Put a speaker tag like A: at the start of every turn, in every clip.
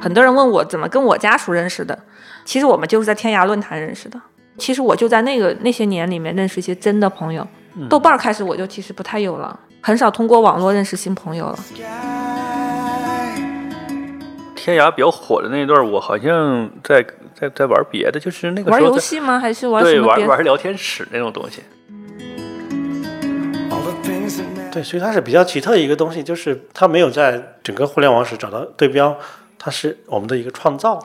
A: 很多人问我怎么跟我家属认识的，其实我们就是在天涯论坛认识的。其实我就在那个那些年里面认识一些真的朋友。
B: 嗯
A: 豆瓣儿开始我就其实不太有了，很少通过网络认识新朋友了。
B: 天涯比较火的那一段，我好像在在在玩别的，就是那个
A: 玩
B: 时候
A: 游
B: 在
A: 戏吗？还是玩什
B: 对
A: 么别
B: 玩
A: 的？
B: 玩聊天室那种东西。
C: All the things that matter.
D: 对，所以它是比较奇特的一个东西，就是它没有在整个互联网史找到对标，它是我们的一个创造。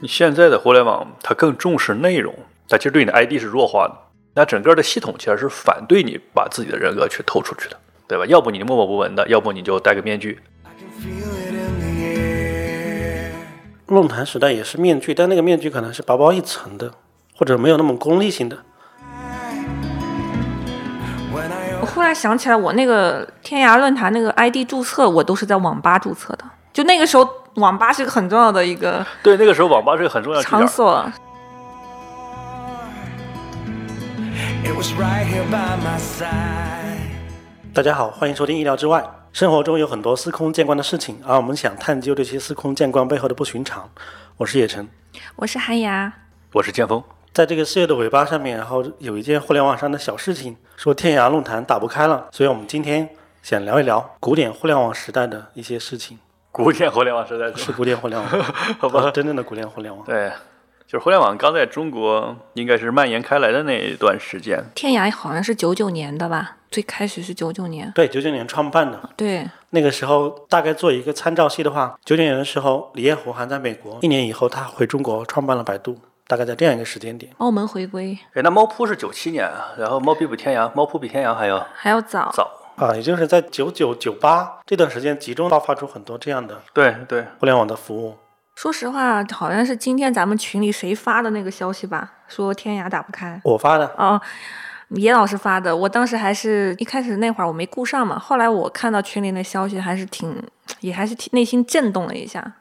B: 你现在的互联网，它更重视内容，它其实对你的 ID 是弱化的。那整个的系统其实是反对你把自己的人格去透出去的，对吧？要不你默默无闻的，要不你就戴个面具。
C: I can feel it in the air.
D: 论坛时代也是面具，但那个面具可能是薄薄一层的，或者没有那么功利性的。
C: When I
A: 我忽然想起来，我那个天涯论坛那个 ID 注册，我都是在网吧注册的。就那个时候，网吧是个很重要的一 个
B: 对，那个时候网吧是个很重要的
A: 场
B: 点。
A: 所。
C: it was right here by my side.
D: 大家好，欢迎收听《意料之外》。生活中有很多司空见惯的事情，而我们想探究这些司空见惯背后的不寻常。我是叶晨，
A: 我是韩牙，
B: 我是剑锋，
D: 在这个四月的尾巴上面，然后有一件互联网上的小事情，说天涯论坛打不开了，所以我们今天想聊一聊古典互联网时代的一些事情，
B: 古典互联网时代
D: 是
B: 是
D: 古典互联网，
B: 好
D: 它是
B: 吧？
D: 哦真正的古典互联网。
B: 对，就是互联网刚在中国应该是蔓延开来的那一段时间。
A: 天涯好像是九九年的吧，最开始是九九年。
D: 对，九九年创办的，
A: 对，
D: 那个时候大概做一个参照系的话，九九年的时候，李彦宏还在美国，一年以后他回中国创办了百度，大概在这样一个时间点。
A: 澳门回归
B: 哎，那猫扑是九七年啊，然后猫扑比天涯，猫扑比天涯还要
A: 还要早。
B: 早。
D: 啊，也就是在九九九八这段时间，集中爆发出很多这样的
B: 对对，
D: 互联网的服务。
A: 说实话，好像是今天咱们群里谁发的那个消息吧，说天涯打不开。
D: 我发的，
A: 哦，野老师发的，我当时还是一开始那会儿我没顾上嘛，后来我看到群里那消息，还是挺，也还是挺内心震动了一下，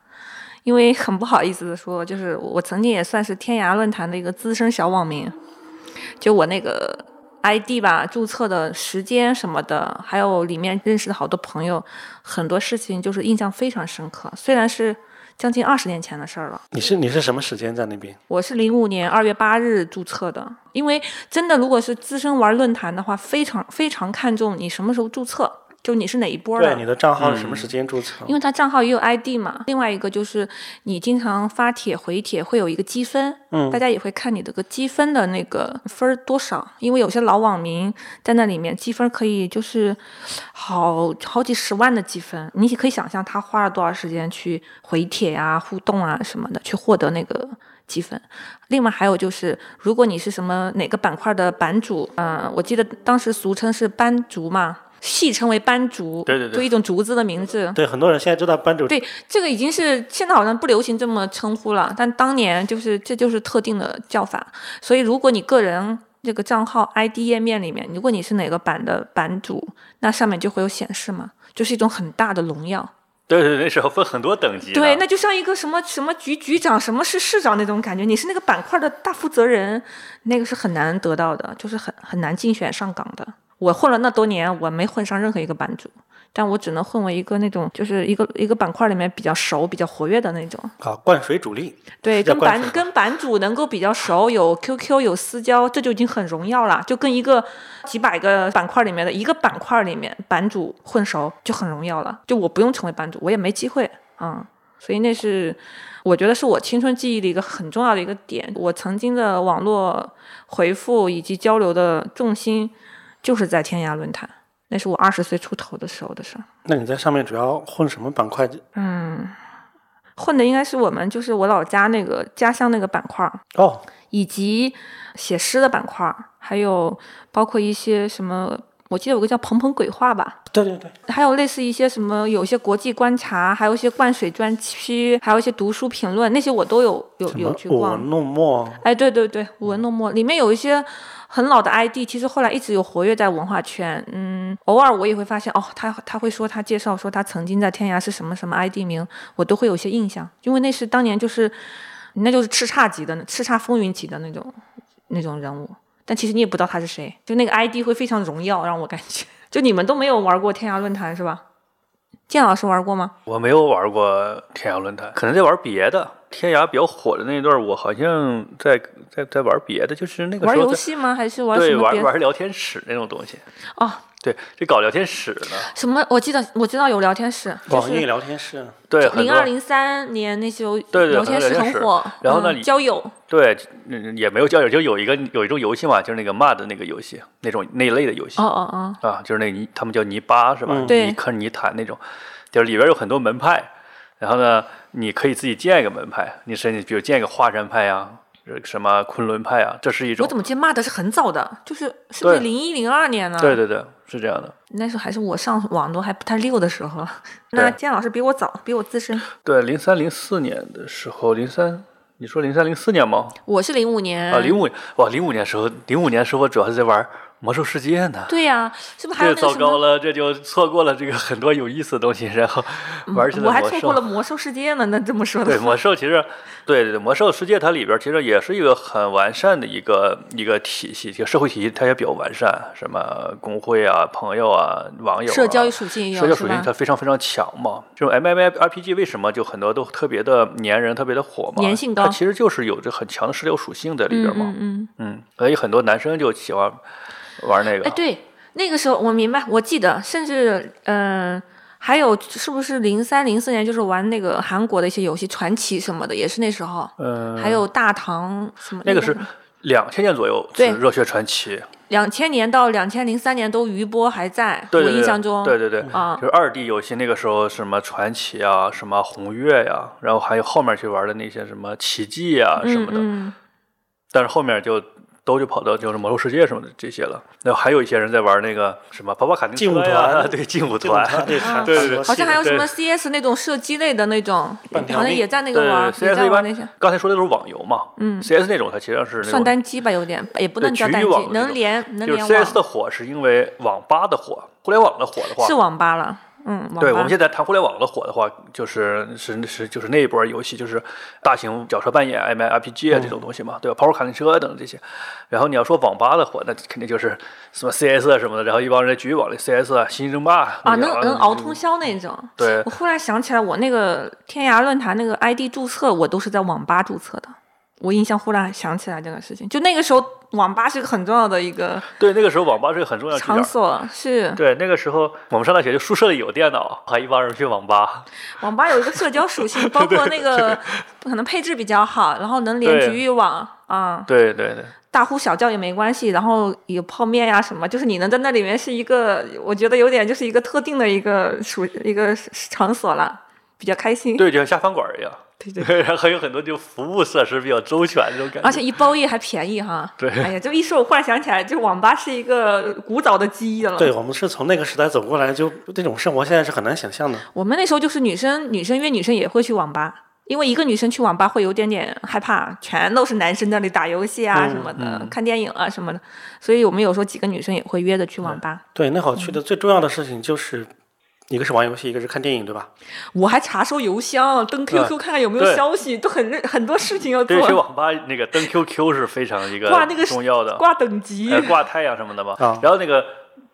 A: 因为很不好意思的说，就是我曾经也算是天涯论坛的一个资深小网民，就我那个 ID 吧，注册的时间什么的，还有里面认识的好多朋友，很多事情就是印象非常深刻，虽然是将近二十年前的事儿了。
D: 你是你是什么时间在那边？
A: 我是零五年二月八日注册的，因为真的，如果是资深玩论坛的话，非常非常看重你什么时候注册，就你是哪一波
D: 对，你
A: 的。
D: 的账号是什么时间注册？
A: 因为他账号也有 ID 嘛，另外一个就是你经常发帖回帖会有一个积分，
D: 嗯
A: 大家也会看你这个积分的那个分儿多少，因为有些老网民在那里面积分可以就是好好几十万的积分，你可以想象他花了多少时间去回帖啊、互动啊什么的，去获得那个积分。另外还有就是，如果你是什么哪个板块的版主，嗯、我记得当时俗称是班竹嘛，戏称为班竹，
B: 对对对
A: 就一种竹子的名字。
D: 对，很多人现在知道班主
A: 对，这个已经是现在好像不流行这么称呼了，但当年就是这就是特定的叫法。所以如果你个人这个账号 ID 页面里面，如果你是哪个版的版主，那上面就会有显示嘛，就是一种很大的荣耀。
B: 对对，对那时候分很多等级呢。啊
A: 对，那就像一个什么什么局局长，什么是市长那种感觉，你是那个板块的大负责人，那个是很难得到的，就是很很难竞选上岗的。我混了那多年，我没混上任何一个版主，但我只能混为一个那种，就是一个一个板块里面比较熟、比较活跃的那种。
D: 啊灌水主力，
A: 对，
D: 是叫
A: 跟
D: 灌
A: 版
D: 水吗
A: 跟版主能够比较熟，有 QQ 有私交，这就已经很荣耀了。就跟一个几百个板块里面的一个板块里面版主混熟就很荣耀了。就我不用成为版主，我也没机会嗯。所以那是我觉得是我青春记忆的一个很重要的一个点。我曾经的网络回复以及交流的重心就是在天涯论坛，那是我二十岁出头的时候的事儿。
D: 那你在上面主要混什么板块？
A: 嗯，混的应该是我们就是我老家那个家乡那个板块儿。
D: 哦，
A: 以及写诗的板块儿，还有包括一些什么，我记得有个叫“鹏鹏鬼话”吧，
D: 对对对，
A: 还有类似一些什么，有一些国际观察，还有一些灌水专区，还有一些读书评论，那些我都有有
D: 什么
A: 有去
D: 舞文
A: 逛。
D: 弄墨，
A: 哎，对对对，舞
B: 嗯
A: 文弄墨里面有一些很老的 ID，其实后来一直有活跃在文化圈。嗯，偶尔我也会发现，哦，他他会说他介绍说他曾经在天涯是什么什么 ID 名，我都会有些印象，因为那是当年就是那就是叱咤级的叱咤风云级的那种那种人物。但其实你也不知道他是谁， 就那个 ID 会非常荣耀，让我感觉。就你们都没有玩过天涯论坛是吧？建老师玩过吗？
B: 我没有玩过天涯论坛，可能在玩别的。天涯比较火的那一段儿，我好像在在在玩别的，就是那个
A: 玩
B: 时候
A: 游
B: 在
A: 戏吗？还是玩什
B: 对
A: 么
B: 玩
A: 别
B: 玩聊天室那种东西。
A: 哦，
B: 对，这搞聊天室呢，
A: 什么？我记得我知道有聊天室，就
D: 网易
A: 是
D: 聊天室，
B: 对，很
A: 零
B: 多
A: 二零三年那时候
B: 对对
A: 聊天
B: 很
A: 室
B: 多聊天
A: 很
B: 室
A: 火，
B: 然后呢
A: 嗯
B: 你
A: 交友
B: 对，嗯也没有交友，就有一个有一种游戏嘛，就是那个 MUD 那个游戏，那种那一类的游戏
A: 哦哦哦，
B: 啊，就是那泥他们叫泥巴是吧？
D: 嗯
A: 对
B: 泥坑泥潭那种，就是里边有很多门派，然后呢，你可以自己建一个门派，你是你比如建一个华山派呀、什么昆仑派啊，这是一种
A: 我怎么记得骂的是很早的，就是是不是
B: 对
A: 零一零二年呢？
B: 对对对，是这样的。
A: 那时候还是我上网都还不太溜的时候。 那建老师比我早，比我资深。
B: 对，零三零四年的时候，零三，你说零三零四年吗？
A: 我是零五年
B: 啊，零五哇，零五年时候，零五年时候我主要是在玩魔兽世界呢。
A: 对呀、是不是还有
B: 这
A: 那个
B: 糟
A: 什
B: 糕
A: 么？
B: 了，这就错过了这个很多有意思的东西，然后玩起
A: 嗯我
B: 了
A: 还
B: 魔
A: 错
B: 兽。
A: 过了魔兽世界呢。那这么说
B: 对
A: 的，
B: 魔兽其实，对对对魔兽世界它里边其实也是一个很完善的一个一个体系，这个社会体系它也比较完善，什么工会啊、朋友啊、网友、啊、
A: 社交属性也有
B: 社交
A: 是
B: 属性
A: 吧
B: 它非常非常强嘛。这种 M M R P G 为什么就很多都特别的粘人、特别的火嘛？
A: 粘性高
B: 它其实就是有着很强的社交属性在里边嘛
A: 嗯。嗯
B: 嗯，所以很多男生就喜欢玩那
A: 嗯，
B: 个。
A: 哎，对，那个时候我明白，我记得，甚至嗯、呃还有是不是零三零四年就是玩那个韩国的一些游戏，传奇什么的，也是那时候，
B: 嗯，
A: 还有大唐什么
B: 那个是两千年左右是
A: 对
B: 热血传奇，
A: 两千年到两千零三年都余波还在，
B: 对对对，
A: 我印象中，
B: 对对对，
A: 啊
B: 就是二 D 游戏那个时候什么传奇啊，什么红月呀、然后还有后面去玩的那些什么奇迹呀、什么的，
A: 嗯嗯
B: 但是后面就。都就跑到就是魔兽世界什么的这些了，那还有一些人在玩那个什么跑跑卡丁
D: 劲舞
B: 车呀
D: 团
B: 对劲舞
D: 这种
B: 团，啊
D: 它对它
B: 对对
D: 很
B: 对
D: 多
A: 好像还有
D: 系
A: 什
B: 对
A: 么 CS 那种射击类的那种，
D: 半条
A: 好像
D: 命
A: 也在啊那个玩儿
B: 对，
A: 也
B: CS
A: 在
B: 一
A: 玩那
B: 般
A: 些，
B: 刚才说的都是网游嘛，
A: 嗯
B: ，CS 那种它其实是那种
A: 算单机吧，有点也不
B: 对
A: 能叫
B: 局域
A: 单机
B: 网，那
A: 能
B: 种
A: 连能
B: 就是
A: 联网
B: CS 的火是因为网吧的火，互联网的火的话
A: 是网吧了，嗯，网吧
B: 对，我们现在谈互联网的火的话，就是是是就是那一波游戏，就是大型角色扮演、M I R P G
A: 嗯
B: 啊这种东西嘛，对吧？跑跑卡丁车等这些。然后你要说网吧的火，那肯定就是什么 C S 啊什么的，然后一帮人在局域网里 C S 啊、星际争霸
A: 啊，
B: 那嗯
A: 能
B: 些
A: 能熬通宵那种。
B: 嗯对
A: 我忽然想起来，我那个天涯论坛那个 ID 注册，我都是在网吧注册的。我印象忽然想起来这个事情，就那个时候网吧是个很重要的一个
B: 对，那个时候网吧是个很重要的据
A: 场
B: 点。
A: 所，是
B: 对，那个时候我们上大学就宿舍里有电脑，还一帮人去 网吧。
A: 网吧有一个社交属 性，包括那个可能配置比较好，然后能连
B: 对
A: 局域网啊、
B: 对对对，
A: 大呼小叫也没关系，然后有泡面呀、什么，就是你能在那里面是一个，我觉得有点就是一个特定的一个属一个场所了，比较开心。
B: 对，就像下饭馆一样。
A: 对对
B: 对，然 后还有很多就服务设施比较周全这种感觉。
A: 而且一包夜还便宜哈。
B: 对
A: 哎呀，这么一说，我忽然想起来，就网吧是一个古早的记忆了。
D: 对，我们是从那个时代走过来，就那种生活现在是很难想象的。
A: 我们那时候就是女生，女生约女生也会去网吧。因为一个女生去网吧会有点点害怕，全都是男生那里打游戏啊
D: 嗯
A: 什么的，看电影啊什么的，所以我们有时候几个女生也会约着去网吧。
D: 对，那会儿去
B: 嗯
D: 的最重要的事情就是，一个是玩游戏，一个是看电影，对吧？
A: 我还查收邮箱，登 QQ 看看有没有
B: 嗯对
A: 消息，都很认很多事情要做
B: 对，，去网吧那个登 QQ 是非常一个
A: 挂那个
B: 重要的，
A: 挂等级
B: 呃，挂太阳什么的嘛。
D: 啊
B: 然后那个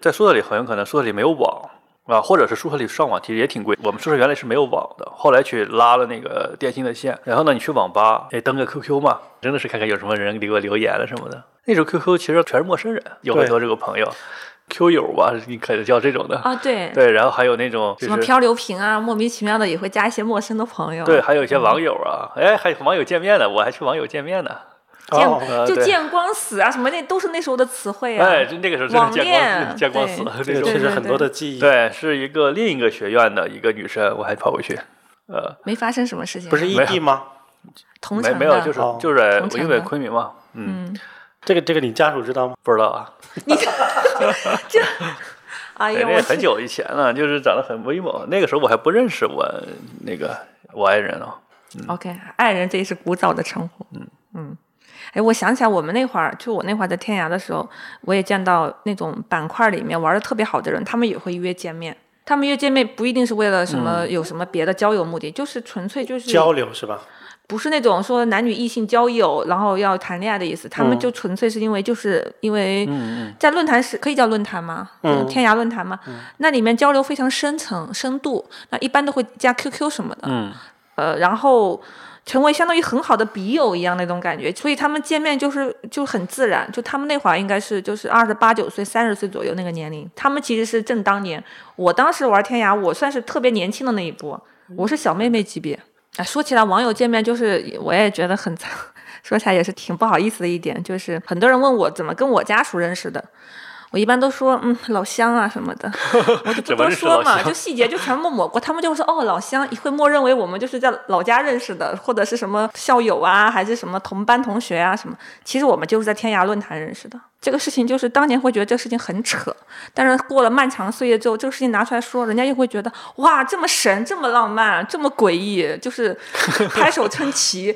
B: 在宿舍里很有可能宿舍里没有网啊，或者是宿舍里上网其实也挺贵。我们宿舍原来是没有网的，后来去拉了那个电信的线，然后呢你去网吧哎登个 QQ 嘛，真的是看看有什么人给我留言了什么的。那时候 QQ 其实全是陌生人，有很多这个朋友，Q 友吧，你可以叫这种的。
A: 啊，对，
B: 对，然后还有那种就
A: 什么
B: 是。
A: 漂流瓶啊，莫名其妙的也会加一些陌生的朋友，
B: 对，还有一些网友啊，哎，还有网友见面呢，我还去网友见面呢。
A: 见、
D: 哦，
B: 呃
A: 就
B: 对
A: 见光死啊什么那都是那时候的词汇啊，
B: 哎，就那个时候真
A: 网
B: 是见光
A: 恋啊
B: 死见光死
A: 对
B: 那
D: 这个
B: 种
D: 确实
A: 对对
D: 很多的记忆。
B: 对，是一个另一个学院的一个女生，我还跑过去，呃，
A: 没发生什么事情啊，
D: 不是异
B: 没有
D: 地吗？
A: 同
B: 没
A: 城的，
B: 没有，就是
D: 哦
B: 就是
A: 同城
B: 因为
A: 的
B: 昆明嘛，嗯，
D: 这个这个你家属知道吗？
B: 不知道啊，
A: 哎
B: 哎
A: 呀，
B: 那
A: 我
B: 很
A: 去
B: 久以前了，就是长得很威猛，那个时候我还不认识我那个我爱人啊，
A: OK，爱人这是古早的称呼。嗯嗯，哎，我想起来，我们那会儿，就我那会儿在天涯的时候，我也见到那种板块里面玩的特别好的人，他们也会约见面。
B: 嗯
A: 他们约见面不一定是为了什么，有什么别的交友目的，就是纯粹就是
D: 交流是吧？
A: 不是那种说男女异性交友，然后要谈恋爱的意思，他们
D: 嗯
A: 就纯粹是因为就是因为
B: 嗯嗯，
A: 在论坛是可以叫论坛吗？就
D: 嗯
A: 是天涯论坛嘛，那里面交流非常深层、深度，那一般都会加 QQ 什么的，
B: 嗯
A: 呃，然后成为相当于很好的笔友一样那种感觉，所以他们见面就是就很自然，就他们那会儿应该是就是二十八九岁、三十岁左右那个年龄，他们其实是正当年。我当时玩天涯，我算是特别年轻的那一波，我是小妹妹级别。哎，说起来网友见面，就是我也觉得很 惨，说起来也是挺不好意思的一点，就是很多人问我怎么跟我家属认识的。我一般都说，嗯，老乡啊什么的，我就不
B: 怎么
A: 多
B: 认识
A: 说
B: 老
A: 嘛，
B: 乡
A: 就细节就全部抹过。他们就会说，哦，老乡，会默认为我们就是在老家认识的，或者是什么校友啊，还是什么同班同学啊什么。其实我们就是在天涯论坛认识的。这个事情就是当年会觉得这个事情很扯，但是过了漫长岁月之后，这个事情拿出来说，人家又会觉得哇，这么神，这么浪漫，这么诡异，就是 拍手称奇。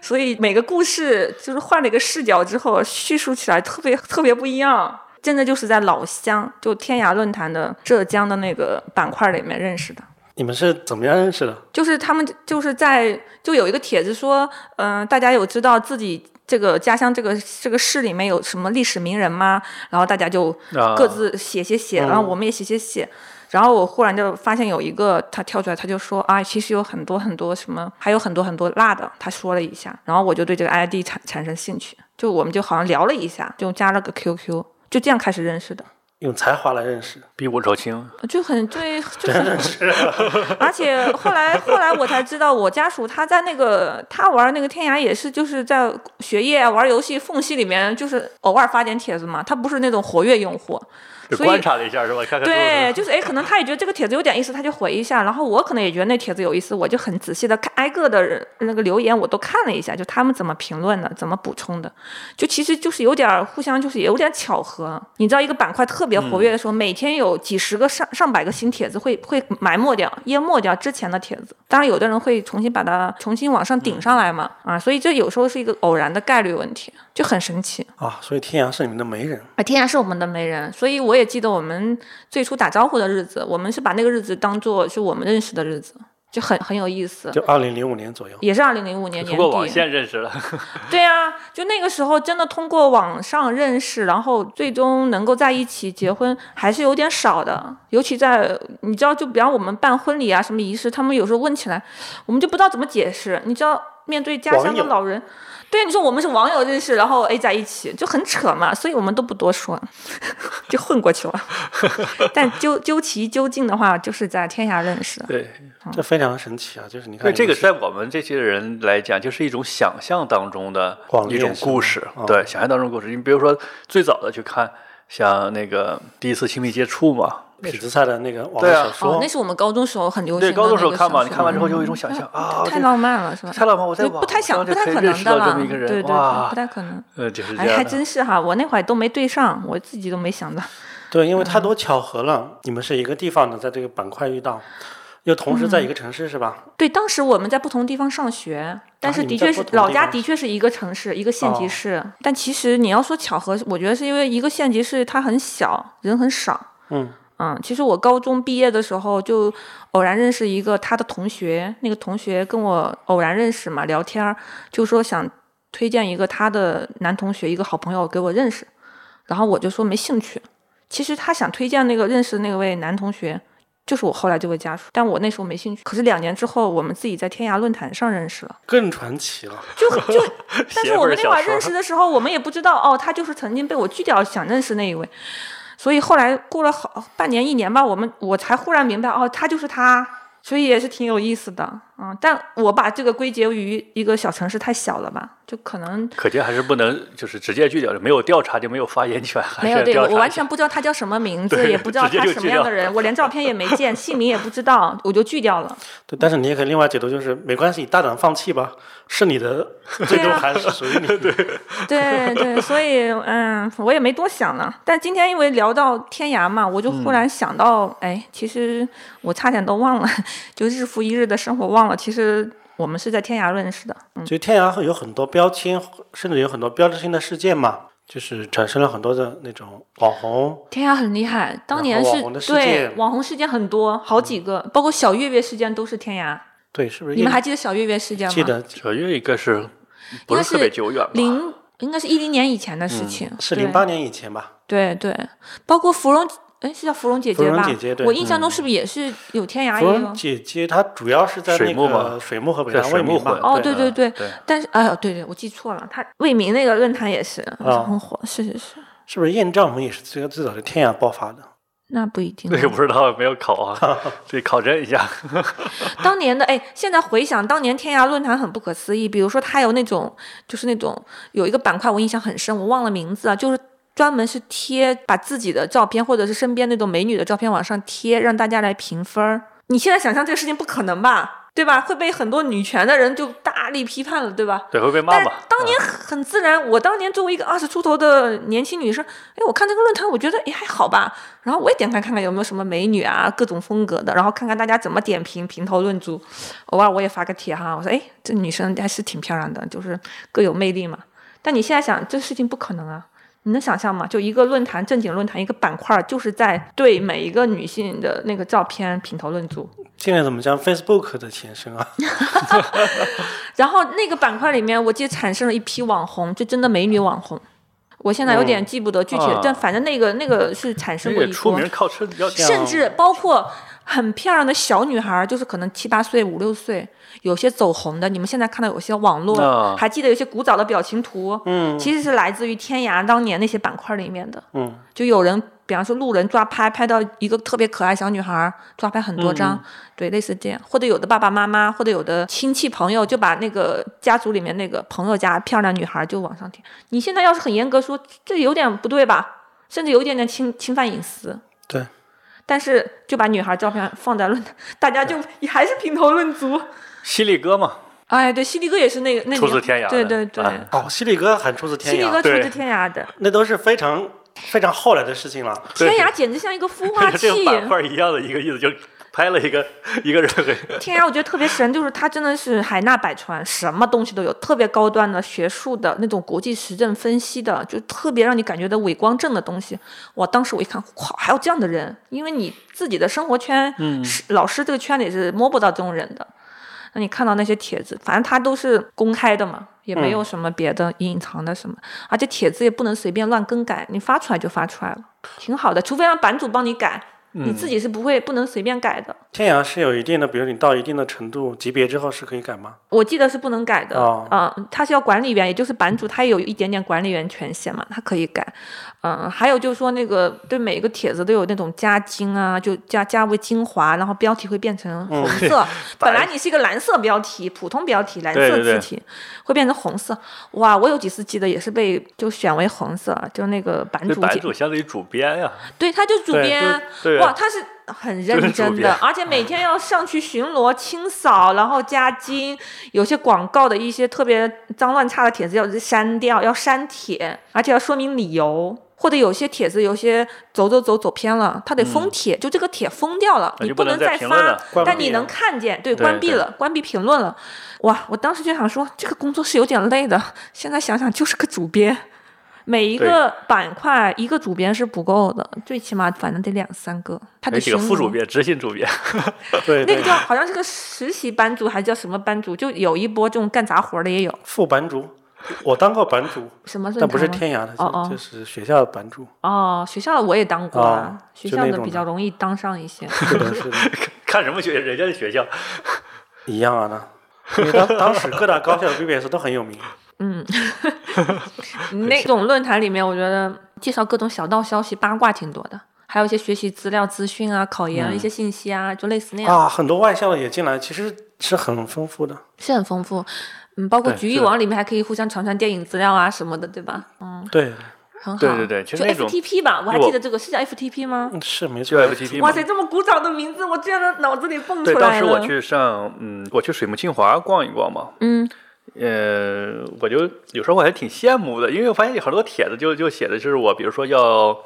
A: 所以每个故事就是换了一个视角之后，叙述起来特别特别不一样。真的就是在老乡，就天涯论坛的浙江的那个板块里面认识的。
D: 你们是怎么样认识的？
A: 就是他们就是在就有一个帖子说，嗯、大家有知道自己这个家乡这个这个市里面有什么历史名人吗？然后大家就
B: 啊
A: 各自写写写，然后我们也写写写。然后我忽然就发现有一个他跳出来，他就说啊，其实有很多很多什么，还有很多很多辣的，他说了一下，然后我就对这个 ID 产产生兴趣，就我们就好像聊了一下，就加了个 QQ，就这样开始认识的。
D: 用才华来认识，
B: 比我朝清，
A: 就很对，就很，
B: 啊
A: 而且后来后来我才知道，我家属他在那个他玩那个天涯也是就是在学业啊玩游戏缝隙里面，就是偶尔发点帖子嘛，他不是那种活跃用户，
B: 就
A: 所以
B: 观察了一下是吧？看看都有
A: 对，
B: 什么
A: 就是哎，可能他也觉得这个帖子有点意思，他就回一下，然后我可能也觉得那帖子有意思，我就很仔细的看挨个的人那个留言，我都看了一下，就他们怎么评论的，怎么补充的，就其实就是有点儿互相，就是有点巧合。你知道一个板块特别活跃的时候，每天有几十个上上百个新帖子会会埋没掉、淹没掉之前的帖子，当然有的人会重新把它重新往上顶上来嘛，啊，所以这有时候是一个偶然的概率问题，就很神奇。
D: 啊，所以天涯是你们的媒人。
A: 啊，天涯是我们的媒人，所以我也记得我们最初打招呼的日子，我们是把那个日子当做是我们认识的日子，就很很有意思。
D: 就二零零五年左右，
A: 也是二零零五年
B: 通
A: 年
B: 过网
A: 底，
B: 线认识了，
A: 对啊，就那个时候真的通过网上认识，然后最终能够在一起结婚还是有点少的，尤其在你知道，就比方我们办婚礼啊什么仪式，他们有时候问起来，我们就不知道怎么解释，你知道。面对家乡
D: 网
A: 的
D: 友
A: 老人，对你说我们是网友认识，然后 A 在一起就很扯嘛，所以我们都不多说， 就混过去了。 但究究其究竟的话，就是在天涯认识的。
B: 对。
D: 这非常神奇啊！就是你看
B: 嗯对
D: 你们是，
B: 这个，在我们这些人来讲，就是一种想象当中的
D: 网
B: 一
D: 恋
B: 种
D: 是
B: 故
D: 吗
B: 事。
D: 哦
B: 对，想象当中的故事。你比如说，最早的去看，像那个第一次亲密接触嘛，
D: 痞子赛的那个网
B: 对
D: 络
B: 啊
D: 小说，
A: 哦，那是我们高中时候很流行
B: 对，
A: 的
B: 高中时候
A: 那个
B: 看嘛，
A: 小
B: 你
A: 说
B: 看完之后
A: 嗯
B: 就有一种想象啊，
A: 太
B: 这
A: 浪漫了，是吧？
B: 太浪漫，我在
A: 就
B: 网
A: 不太想，
B: 上
A: 不
B: 就
A: 太
B: 可以
A: 可
B: 认
A: 能
B: 识
A: 的
B: 到
A: 了，
B: 这么一个人，
A: 对对对，
B: 哇
A: 不，太可能。
B: 呃，就是这
A: 哎，还
B: 样的。
A: 真是哈，我那会儿都没对上，我自己都没想到。
D: 对，因为太多
B: 嗯
D: 巧合了。你们是一个地方的，在这个板块遇到，又同
B: 嗯
D: 时在一个城市，是吧？
A: 对，当时我们在不同地方上学，但
B: 啊
A: 是
D: 你
A: 的确
D: 们在不
A: 是、
D: 同地
A: 老家
D: 方
A: 的确是一个城市，一个县级
D: 哦
A: 市。但其实你要说巧合，我觉得是因为一个县级市它很小，人很少。
D: 嗯
A: 嗯，其实我高中毕业的时候就偶然认识一个他的同学，那个同学跟我偶然认识嘛，聊天儿就说想推荐一个他的男同学，一个好朋友给我认识，然后我就说没兴趣。其实他想推荐那个认识那位男同学，就是我后来这位家属，但我那时候没兴趣。可是两年之后，我们自己在天涯论坛上认识了，
D: 更传奇了。
A: 就就，但是
B: 邪
A: 我
B: 味儿
A: 们那
B: 小
A: 会儿
B: 说
A: 认识的时候，我们也不知道哦，他就是曾经被我拒掉想认识那一位。所以后来过了好半年一年吧，我们我才忽然明白哦，他就是他，所以也是挺有意思的，嗯，但我把这个归结于一个小城市太小了吧，就可能
B: 可见还是不能就是直接拒掉，没有调查就没有发言权，还
A: 没
B: 是
A: 有
B: 要
A: 对我
B: 调查
A: 我完
B: 一下
A: 全不知道他叫什么名字，
B: 对
A: 也不知道
B: 直接
A: 他
B: 就
A: 什
B: 拒
A: 么样
B: 掉
A: 的人，我连照片也没 见，姓名也不知道，我就拒掉了。
D: 对，但是你也可以另外解读，就是没关系，大胆放弃吧，是你的，最终
A: 啊
D: 还是属于你。
A: 对对，所以嗯，我也没多想了。但今天因为聊到天涯嘛，我就忽然想到，哎，其实我差点都忘了， 就日复一日的生活忘了，其实我们是在天涯认识的。嗯，
D: 就天涯有很多标签，甚至有很多标志性的事件嘛，就是产生了很多的那种网红。
A: 天涯很厉害，当
D: 然
A: 年
D: 后网
A: 是
D: 红的事
A: 对
D: 件
A: 网红事件很多，好几个，包括小岳岳事件都是天涯。
D: 对，是不是？
A: 你们还记得小岳岳事件吗？
D: 记得
B: 小岳应该是不
A: 应该
B: 是
A: 是
B: 特别久远吧？
A: 零应该是一零年以前的事情，
D: 嗯是
A: 对
D: 零八年以前吧？
A: 对对，包括芙蓉，哎，是叫芙蓉姐
D: 芙
A: 姐
D: 蓉
A: 吧？
D: 姐姐对嗯
A: 我印象中是不是也是有天涯
D: 芙
A: 也
D: 蓉
A: 有？
D: 姐姐她主要是在
B: 水
D: 那
B: 幕嘛
D: 个水幕和北
B: 在
D: 大
B: 水
D: 未
B: 幕
D: 名吧
B: 混？
A: 哦，
D: 对嗯
A: 对对对，
B: 对
A: 但是哎呦，对对，我记错了，他魏明那个论坛也是、很火，是是是，
D: 是不是艳丈母也是最最早的天涯爆发的？
A: 那不一定
B: 这。个不知道，没有考 啊，得考证一下。
A: 当年的哎，现在回想当年天涯论坛很不可思议，比如说它有那种就是那种有一个板块我印象很深，我忘了名字啊，就是。专门是贴把自己的照片或者是身边那种美女的照片往上贴，让大家来评分儿。你现在想象这个事情不可能吧，对吧？会被很多女权的人就大力批判了，对吧？
B: 对，会被骂
A: 但是
B: 嘛？嗯
A: 当年很自然，我当年作为一个二十出头的年轻女生，哎，我看这个论坛，我觉得哎也还好吧。然后我也点开看看有没有什么美女啊，各种风格的，然后看看大家怎么点评、评头论足。偶尔我也发个帖哈，我说哎，这女生还是挺漂亮的，就是各有魅力嘛。但你现在想，这事情不可能啊。你能想象吗？就一个论坛，正经论坛，一个板块，就是在对每一个女性的那个照片评头论足。
D: 现在怎么叫 Facebook 的前身啊？
A: 然后那个板块里面，我记得产生了一批网红，就真的美女网红。我现在有点记不得具体，
B: 啊
A: 但反正那个那个是产
B: 这
A: 生过
B: 个
A: 一
B: 出
A: 波
B: 名，靠吃要
D: 像
A: 甚至包括很漂亮的小女孩儿，就是可能七八岁、五六岁，有些走红的。你们现在看到有些网络，
B: 啊
A: 还记得有些古早的表情图，
D: 嗯
A: 其实是来自于天涯当年那些板块里面的。
D: 嗯，
A: 就有人，比方说路人抓拍，拍到一个特别可爱小女孩儿，抓拍很多张，
D: 嗯
A: 对，类似这样。或者有的爸爸妈妈，或者有的亲戚朋友，就把那个家族里面那个朋友家漂亮女孩儿就往上贴。你现在要是很严格说，这有点不对吧？甚至有一点点侵侵犯隐私。
D: 对，
A: 但是就把女孩照片放在论坛，大家就也还是评头论足。
B: 犀利哥嘛，
A: 哎，对，犀利哥也是那个那年
B: 出自天涯的
A: 对对对，
B: 啊
D: 哦，犀利哥还出自天
A: 犀利哥
D: 涯，
A: 出自
B: 对
A: 天涯的，
D: 那都是非常非常后来的事情了。
B: 对
A: 天涯简直像一个孵化
B: 跟
A: 器。
B: 这个板块一样的一个意思，就是拍了一个一个人给
A: 天涯，我觉得特别神，就是它真的是海纳百川，什么东西都有，特别高端的学术的那种国际实证分析的，就特别让你感觉到伪光正的东西。哇，当时我一看，哇，还有这样的人，因为你自己的生活圈，嗯，老师这个圈里是摸不到这种人的。那你看到那些帖子，反正它都是公开的嘛，也没有什么别的隐藏的什么，而且帖子也不能随便乱更改，你发出来就发出来了，挺好的，除非让版主帮你改，你自己是不会不能随便改的。
D: 天涯是有一定的，比如你到一定的程度级别之后是可以改吗？
A: 我记得是不能改的，
D: 哦
A: 啊，他是要管理员，也就是版主，他也有一点点管理员权限嘛，他可以改，嗯，还有就是说那个对每一个帖子都有那种加精啊，就加加为精华，然后标题会变成
B: 嗯
A: 红色， 本来你是一个蓝色标题，普通标题，蓝色
B: 对对对
A: 字体会变成红色，哇，我有几次记得也是被就选为红色，就那个版
B: 这
A: 主
B: 版
A: 姐
B: 主相当于主编呀，
A: 对，他就主
D: 对
A: 编，
B: 就对
A: 哇，他是很认
B: 就是主
A: 真
B: 编
A: 的，而且每天要上去巡逻、清扫，然后加精，有些广告的一些特别脏乱差的帖子要删掉，要删帖，而且要说明理由。或者有些帖子，有些走走走走偏了，他得封帖，就这个帖封掉了，
B: 嗯那
A: 你
B: 就
A: 不
B: 不
A: 能
B: 能再
A: 再
B: 评论
A: 发
B: 了，
D: 关
A: 但
D: 闭
A: 你
D: 了
A: 能看见，对，
B: 对
A: 关闭
B: 对
A: 了，关闭评论了。哇，我当时就想说，这个工作是有点累的，现在想想就是个主编，每一个板块一个主编是不够的，最起码反正得两三个，他
B: 有
D: 哎
A: 得
B: 几个
A: 巡
B: 副主
A: 逻。
B: 编、执行主编，
D: 对
A: 那
D: 对
A: 个，叫好像是个实习班主还是叫什么班主，就有一波这种干杂活的也有。
D: 副版主，我当过版主，
A: 什么论
D: 但不是
A: 坛吗
D: 天涯的，
A: 哦哦
D: 就就是学校的版主。
A: 哦，学校的我也当过啊，
D: 哦
A: 学
D: 就
A: 校
D: 那
A: 的
D: 种
A: 比
D: 的
A: 较容易当上一 些。
D: 是的，是的，
B: 看什么学人家的学校，
D: 一样啊呢。因为当当时各大高校的 BBS 都很有 名，
A: 嗯那种论坛里面，我觉得介绍各种小道消息、八卦挺多的，还有一些学习资料、资讯啊、考
D: 嗯
A: 研、一些信息啊，就类似那样，
D: 啊，很多外校的也进来，其实是很丰富的。
A: 是很丰富。嗯，包括
B: 对
A: 局域
B: 是的
A: 网里面还可以互相传传电影资料啊什么的，对吧？
D: 对，
A: 很好。
B: 对对对其实
A: 就
B: 那种
A: FTP 吧，我还
B: 如果
A: 记得这个是叫 FTP 吗？
D: 嗯是没
B: 就
D: 错。
B: FTP 嘛
A: 哇。塞，这么古早的名字，我居然脑子里蹦出
B: 对，
A: 来了。
B: 当时我去上，嗯，我去水木清华逛一逛嘛，
A: 嗯，
B: 呃，我就有时候我还挺羡慕的，因为我发现有很多帖子就就写的就是我，比如说要，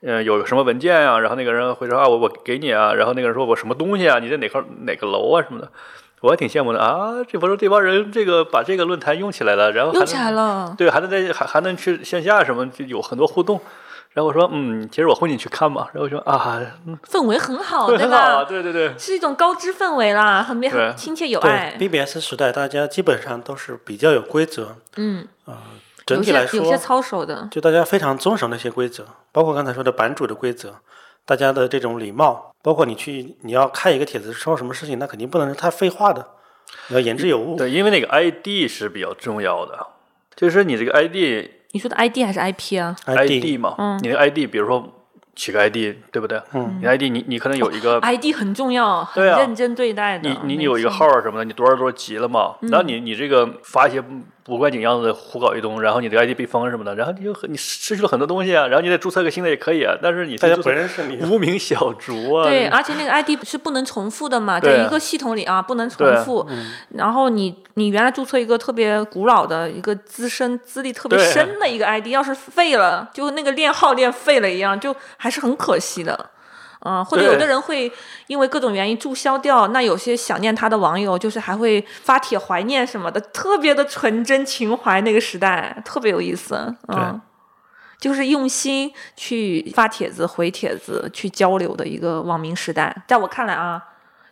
B: 呃，有什么文件啊，然后那个人会说啊，我我给你啊，然后那个人说我什么东西啊，你在哪块哪个楼啊什么的，我还挺羡慕的啊，这不是这帮人这个把这个论坛用起来了，然后还
A: 用
B: 能
A: 起来了。
B: 对，还能在还还能去线下什么，就有很多互动。然后我说，嗯，其实我混进去看嘛。然后我说啊，
A: 氛围很好，
B: 对，
A: 哦对
B: 很好 啊，
A: 吧？
B: 对对对，
A: 是一种高知氛围啦，很美，
B: 对
A: 很亲切有
D: 对
A: 爱。
D: ，BBS 时代大家基本上都是比较有规则，
A: 嗯，
D: 整体来
A: 有些有些
D: 说，
A: 操守的，
D: 就大家非常遵守那些规则，包括刚才说的版主的规则，大家的这种礼貌，包括你去你要看一个帖子说什么事情，那肯定不能是太废话的，你要言之有 物。
B: 对，因为那个 ID 是比较重要的，就是你这个 ID
A: 你说的 ID 还是 IP 啊？
B: ID 嘛，你的 ID，比如说起个 ID，对不对？嗯，你 ID 你你可能有一个
A: ID 很重要，很
B: 对啊
A: 认真对待的。
B: 你你
A: 哦没
B: 有一个
A: 错嗯
B: 号，啊什么的，你多少多少级了嘛？然后你你这个发一些不观景样子胡搞一通，然后你的 ID 被封什么的，然后你就很你失去了很多东西啊。然后你再注册个新的也可以啊，但是你
D: 大家
B: 注
D: 不
B: 册
D: 认识你，
B: 无名小卒啊，
A: 对，
B: 你
A: 而且那个 ID 是不能重复的嘛，
B: 对
A: 在一个系统里啊不能重复。然后你你原来注册一个特别古老的一个资深资历特别
B: 对
A: 深的一个 ID，要是废了，就那个练号练废了一样，就还是很可惜的。嗯，或者
B: 对
A: 有的人会因为各种原因注销掉，那有些想念他的网友就是还会发帖怀念什么的，特别的纯真情怀，那个时代特别有意思。嗯，就是用心去发帖子、回帖子、去交流的一个网民时代，在我看来啊，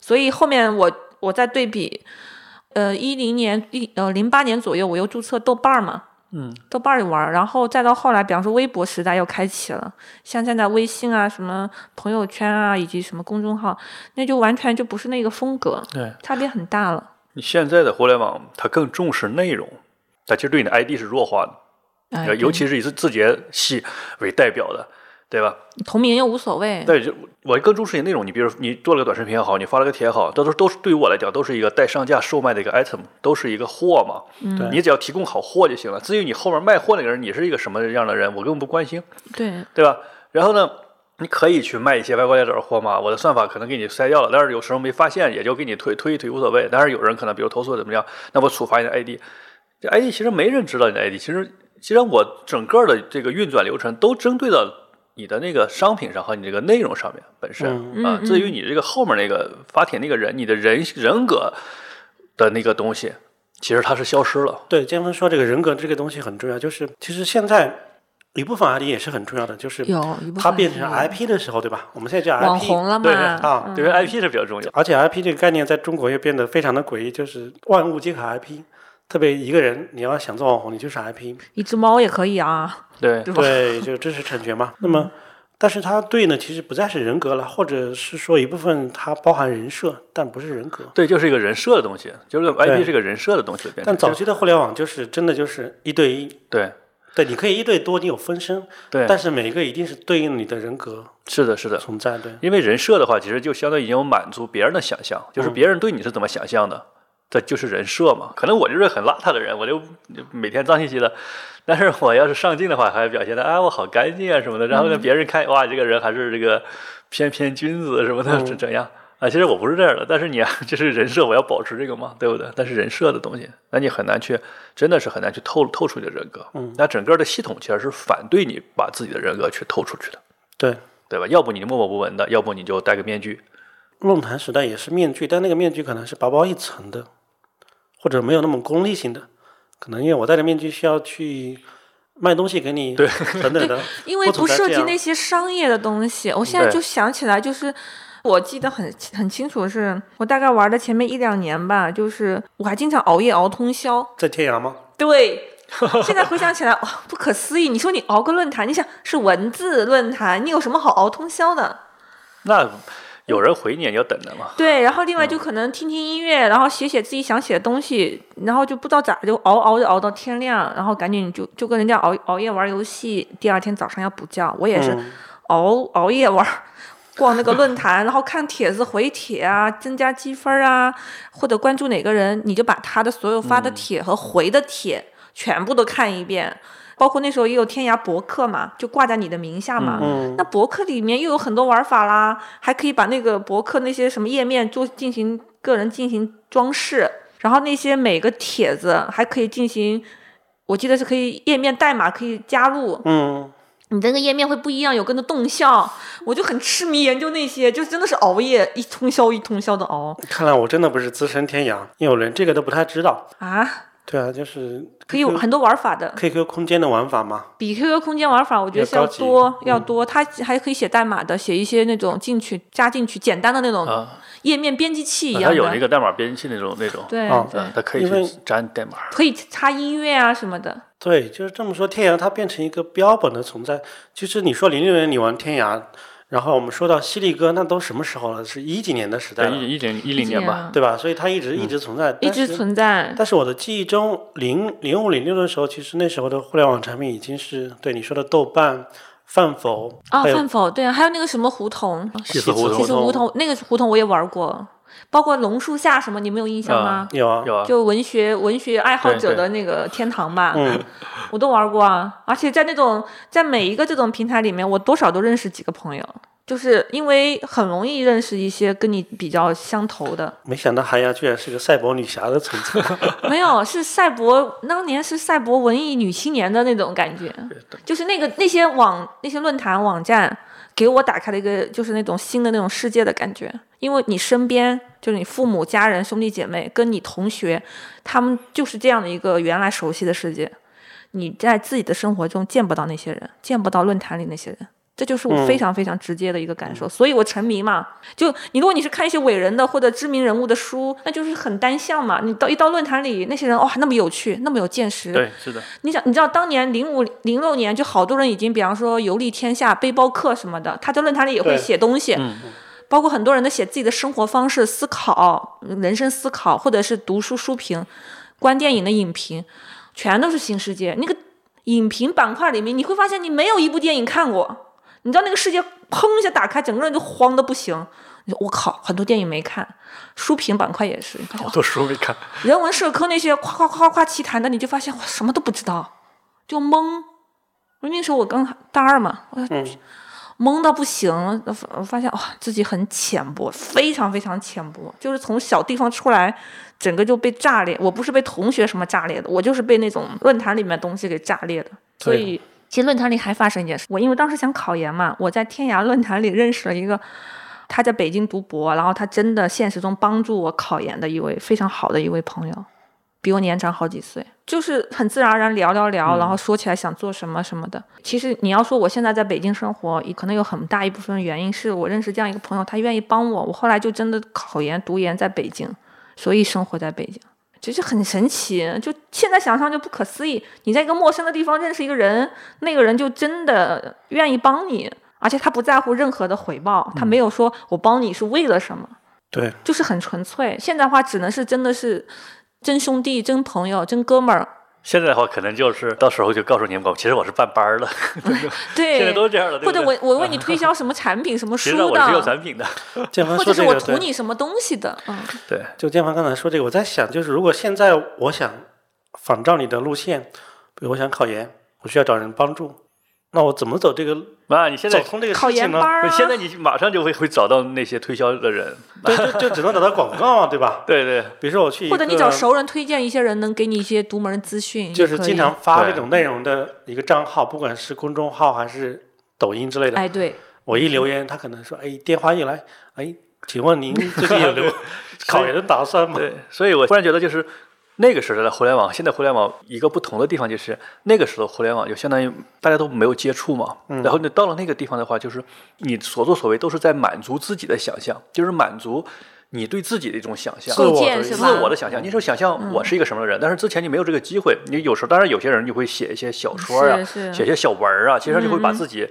A: 所以后面我我在对比，呃，一零年一呃零八年左右，我又注册豆瓣儿嘛，
B: 嗯，
A: 豆瓣儿里玩儿，然后再到后来，比方说微博时代又开启了，像现在微信啊、什么朋友圈啊，以及什么公众号，那就完全就不是那个风格，
B: 对
A: 差别很大了。
B: 你现在的互联网它更重视内容，它其实对你的 ID 是弱化的，
A: 哎
B: 呃尤
A: 对
B: 其是以字字节系为代表的，对吧？
A: 同名又无所谓，
B: 对，就我更重视你内容。你比如你做了个短视频也好，你发了个帖也好，这都是都是对于我来讲都是一个待上架售卖的一个 item，都是一个货嘛。
D: 对
B: 你只要提供好货就行了。至于你后面卖货那个人，你是一个什么样的人，我根本不关心，
A: 对
B: 对吧？然后呢，你可以去卖一些歪瓜裂枣的货嘛，我的算法可能给你筛掉了，但是有时候没发现，也就给你推推一推无所谓。但是有人可能比如投诉怎么样，那我处罚你的 ID，这 ID 其实没人知道你的 ID，其实其实我整个的这个运转流程都针对到你的那个商品上和你这个内容上面本身啊、
A: 嗯嗯
B: 至于你这个后面那个发帖那个人，你的人人格的那个东西，其实它是消失了。
D: 对，建峰说这个人格这个东西很重要，就是其实现在一部分 ID 也是很重要的，就是
A: 有一部
D: 它
A: 分
D: 变
A: 是
D: 成
A: 有
D: IP 的时候，对吧？我们现在叫 IP
A: 网红了
B: 对
A: 嘛，嗯
D: 啊，
B: 对于 IP 是比哎较重要。
D: 而且 IP 这个概念在中国又变得非常的诡异，就是万物皆可 IP，特别一个人你要想做网红，你就是 IP，
A: 一只猫也可以啊，
B: 对
A: 对吧？
D: 对，就这是产权嘛。那么，但是它对应的其实不再是人格了，或者是说一部分它包含人设，但不是人格。
B: 对，就是一个人设的东西，就是个
D: 对
B: IP 是个人设的东西变成
D: 但早期的互联网就是真的就是一对一，
B: 对
D: 对，你可以一对多，你有分身，
B: 对，
D: 但是每一个一定是对应你的人格
B: 是的，是的，
D: 存在，对。
B: 因为人设的话，其实就相当于已经有满足别人的想象，就是别人对你是怎么想象的，这就是人设嘛。可能我就是很邋遢的人，我就每天脏兮兮的， 但是我要是上镜的话，还表现的啊、我好干净啊什么的，然后呢别人看哇这个人还是这个翩翩君子什么的，怎、怎样？啊，其实我不是这样的，但是你啊， 就是人设，我要保持这个嘛，对不对？但是人设的东西，那你很难去，真的是很难去透透出你的人格。嗯，那整个的系统其实是反对你把自己的人格去透出去的。
D: 对，
B: 对吧？要不你就默默无闻的，要不你就戴个面具。
D: 论坛时代也是面具，但那个面具可能是薄薄一层的，或者没有那么功利性的，可能因为我戴着面具需要去卖东西给你，对，等等的，
A: 因为不
D: 存在
A: 涉
D: 这
A: 及
D: 样
A: 那些商业的东西。我现在
B: 对
A: 就想起来，就是我记得很很清楚的是，我大概玩的前面一两年吧，就是我还经常熬夜熬通宵。
D: 在天涯吗？
A: 对，现在回想起来，哇，不可思议！你说你熬个论坛，你想是文字论坛，你有什么好熬通宵的？
B: 那有人回你，你要等着嘛。
A: 对，然后另外
D: 嗯
A: 就可能听听音乐，然后写写自己想写的东西，然后就不知道咋就熬熬着熬到天亮，然后赶紧就就跟人家熬熬夜玩游戏，第二天早上要补觉。我也是
D: 嗯
A: 熬、熬夜玩。逛那个论坛，然后看帖子回帖啊，增加积分啊，或者关注哪个人，你就把他的所有发的
D: 嗯
A: 帖和回的帖全部都看一遍，包括那时候也有天涯博客嘛，就挂在你的名下嘛。
D: 嗯
A: 那博客里面又有很多玩法啦，还可以把那个博客那些什么页面做进行个人进行装饰，然后那些每个帖子还可以进行，我记得是可以页面代码可以加入，
D: 嗯，
A: 你这个页面会不一样，有更多动效，我就很痴迷研究那些，就真的是熬夜一通宵一通宵的熬
D: 看来我真的不是资深天涯，因为我连这个都不太知道。
A: 啊。
D: 对啊，就是
A: 可以有
D: QQ
A: 很多玩法的，
D: QQ 空间的玩法嘛，
A: 比 QQ 空间玩法我觉得是
D: 要
A: 要
D: 高级
A: 多要
B: 嗯
A: 多，它还可以写代码的，写一些那种进去加进去简单的那种
B: 啊，
A: 页面编辑嗯器一样
B: 它有那
A: 的，
B: 个代码编辑器那种那种，
A: 对
D: 啊
A: 对
B: 嗯，，它可以
D: 因为
B: 去粘代码。
A: 可以插音乐啊什么的，
D: 对，就是这么说。天涯它变成一个标本的存在。其实你说零六年你玩天涯，然后我们说到犀利哥，那都什么时候了？是一几年的时代
B: 对，
D: 了，
B: 一一嗯零一零年吧，
D: 对吧？所以它一直一直存在，
A: 一
D: 但
A: 直
D: 是
A: 存在，
D: 但是我的记忆中，零零五零六的时候，其实那时候的互联网产品已经是对你说的豆瓣、饭否，
A: 啊，
D: 还有
A: 饭否对啊，还有那个什么胡同，
B: 细思胡
A: 其
B: 同
A: 实胡同那个胡同我也玩过，包括榕树下什么，你们有印象吗？
D: 有啊，
B: 有啊，
A: 就文学文学爱好者
B: 对对
A: 的那个天堂吧，
D: 嗯，
A: 我都玩过啊。而且在那种在每一个这种平台里面，我多少都认识几个朋友，就是因为很容易认识一些跟你比较相投的。
D: 没想到韩牙居然是个赛博女侠的存在。
A: 没有，是赛博当年是赛博文艺女青年的那种感觉，就是那个那些网那些论坛网站给我打开了一个就是那种新的那种世界的感觉，因为你身边就是你父母、家人、兄弟姐妹跟你同学，他们就是这样的一个原来熟悉的世界，你在自己的生活中见不到那些人，见不到论坛里那些人。这就是我非常非常直接的一个感受，所以我沉迷嘛。就你，如果你是看一些伟人的或者知名人物的书，那就是很单向嘛。你到一到论坛里，那些人哇、那么有趣，那么有见识。
B: 对，是的，
A: 你想，你知道当年零五零六年，就好多人已经，比方说游历天下、背包客什么的，他在论坛里也会
D: 对
A: 写东西，
B: 嗯
A: 包括很多人的写自己的生活方式、思考、嗯人生思考，或者是读书书评、观电影的影评，全都是新世界。那个影评板块里面，你会发现你没有一部电影看过，你知道那个世界砰一下打开，整个人就慌的不行。你说我靠，很多电影没看，书评板块也是，你发现
B: 好多书没看，
A: 人文社科那些夸夸夸夸奇谈的，你就发现我什么都不知道，就懵。因为那时候我刚大二嘛，我
D: 嗯，
A: 懵到不行，我发我发现哇、自己很浅薄，非常非常浅薄，就是从小地方出来，整个就被炸裂。我不是被同学什么炸裂的，我就是被那种论坛里面东西给炸裂的。所以其实论坛里还发生一件事，我因为当时想考研嘛，我在天涯论坛里认识了一个。他在北京读博，然后他真的现实中帮助我考研的一位非常好的一位朋友，比我年长好几岁，就是很自然而然聊聊聊，然后说起来想做什么什么的。其实你要说我现在在北京生活，也可能有很大一部分原因是我认识这样一个朋友，他愿意帮我。我后来就真的考研读研在北京，所以生活在北京，就是很神奇。就现在想想就不可思议，你在一个陌生的地方认识一个人，那个人就真的愿意帮你，而且他不在乎任何的回报，他没有说我帮你是为了什么。
D: 对，
A: 就是很纯粹。现在话只能是真的是真兄弟、真朋友、真哥们儿，
B: 现在的话可能就是到时候就告诉你们，其实我是办班儿的，
A: 对，
B: 现在都是这样的，对
A: 或
B: 不
A: 者
B: 对
A: 我我为你推销什么产 品、什么
B: 其实上
A: 书
B: 我是没有
A: 的，
B: 产品的，
D: 建凡
A: 或者
D: 说
A: 是
D: 这
A: 我
D: 个，
A: 图
D: 对，
A: 你什么东西的，嗯，
B: 对，
D: 就建凡刚才说这个，我在想，就是如果现在我想仿照你的路线，比如我想考研，我需要找人帮助，那我怎么走这个
B: 妈，啊你现
D: 走
B: 在。
D: 通这个
A: 考
D: 事
A: 研
D: 情
A: 班
D: 呢？
A: 儿啊，
B: 现在你马上就会会找到那些推销的人，
D: 对，就就只能找到广告啊，对吧？
B: 对对，
D: 比如说我去一
A: 或者你
D: 个
A: 找熟人推荐一些人，能给你一些独门资讯，
D: 就是
A: 可以
D: 经常发这
B: 对
D: 种内容的一个账号，不管是公众号还是抖音之类的，
A: 哎对，
D: 我一留言，他可能说：“哎，电话一来，哎，请 问您最近有留考研的打算吗
B: 对，所以我忽然觉得就是那个时代的互联网，现在互联网一个不同的地方就是那个时候互联网就相当于大家都没有接触嘛，然后你到了那个地方的话，就是你所作所为都是在满足自己的想象，就是满足你对自己的一种想象。
D: 自
A: 构
D: 我
A: 建
D: 的
A: 是
D: 自
A: 吧？嗯
B: 自我的想象，你说想象我是一个什么样的人，但是之前你没有这个机会。你有时候当然有些人就会写一些小说啊，
A: 是嗯是
B: 写一些小文儿啊，其实就会把自己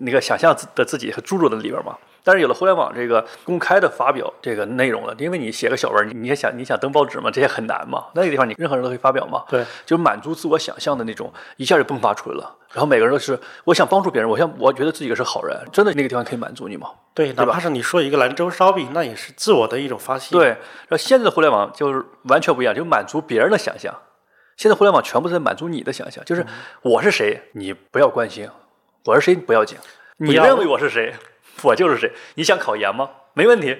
B: 那个想象自的自己和注入到里边嘛。但是有了互联网这个公开的发表这个内容了，因为你写个小文儿，你你也想你想登报纸嘛，这些很难嘛。那个地方你任何人都可以发表嘛，
D: 对，
B: 就满足自我想象的那种，一下就迸发出来了。然后每个人都是我想帮助别人，我想我觉得自己是好人，真的那个地方可以满足你吗？？”
D: 对，哪
B: 吧
D: 怕是你说一个兰州烧饼，那也是自我的一种发泄。
B: 对，，然后现在的互联网就是完全不一样，就满足别人的想象。现在互联网全部在满足你的想象，就是我是谁，你不要关心；我是谁不要紧，你
D: 要
B: 认为我是谁，我就是谁。你想考研吗？没问题，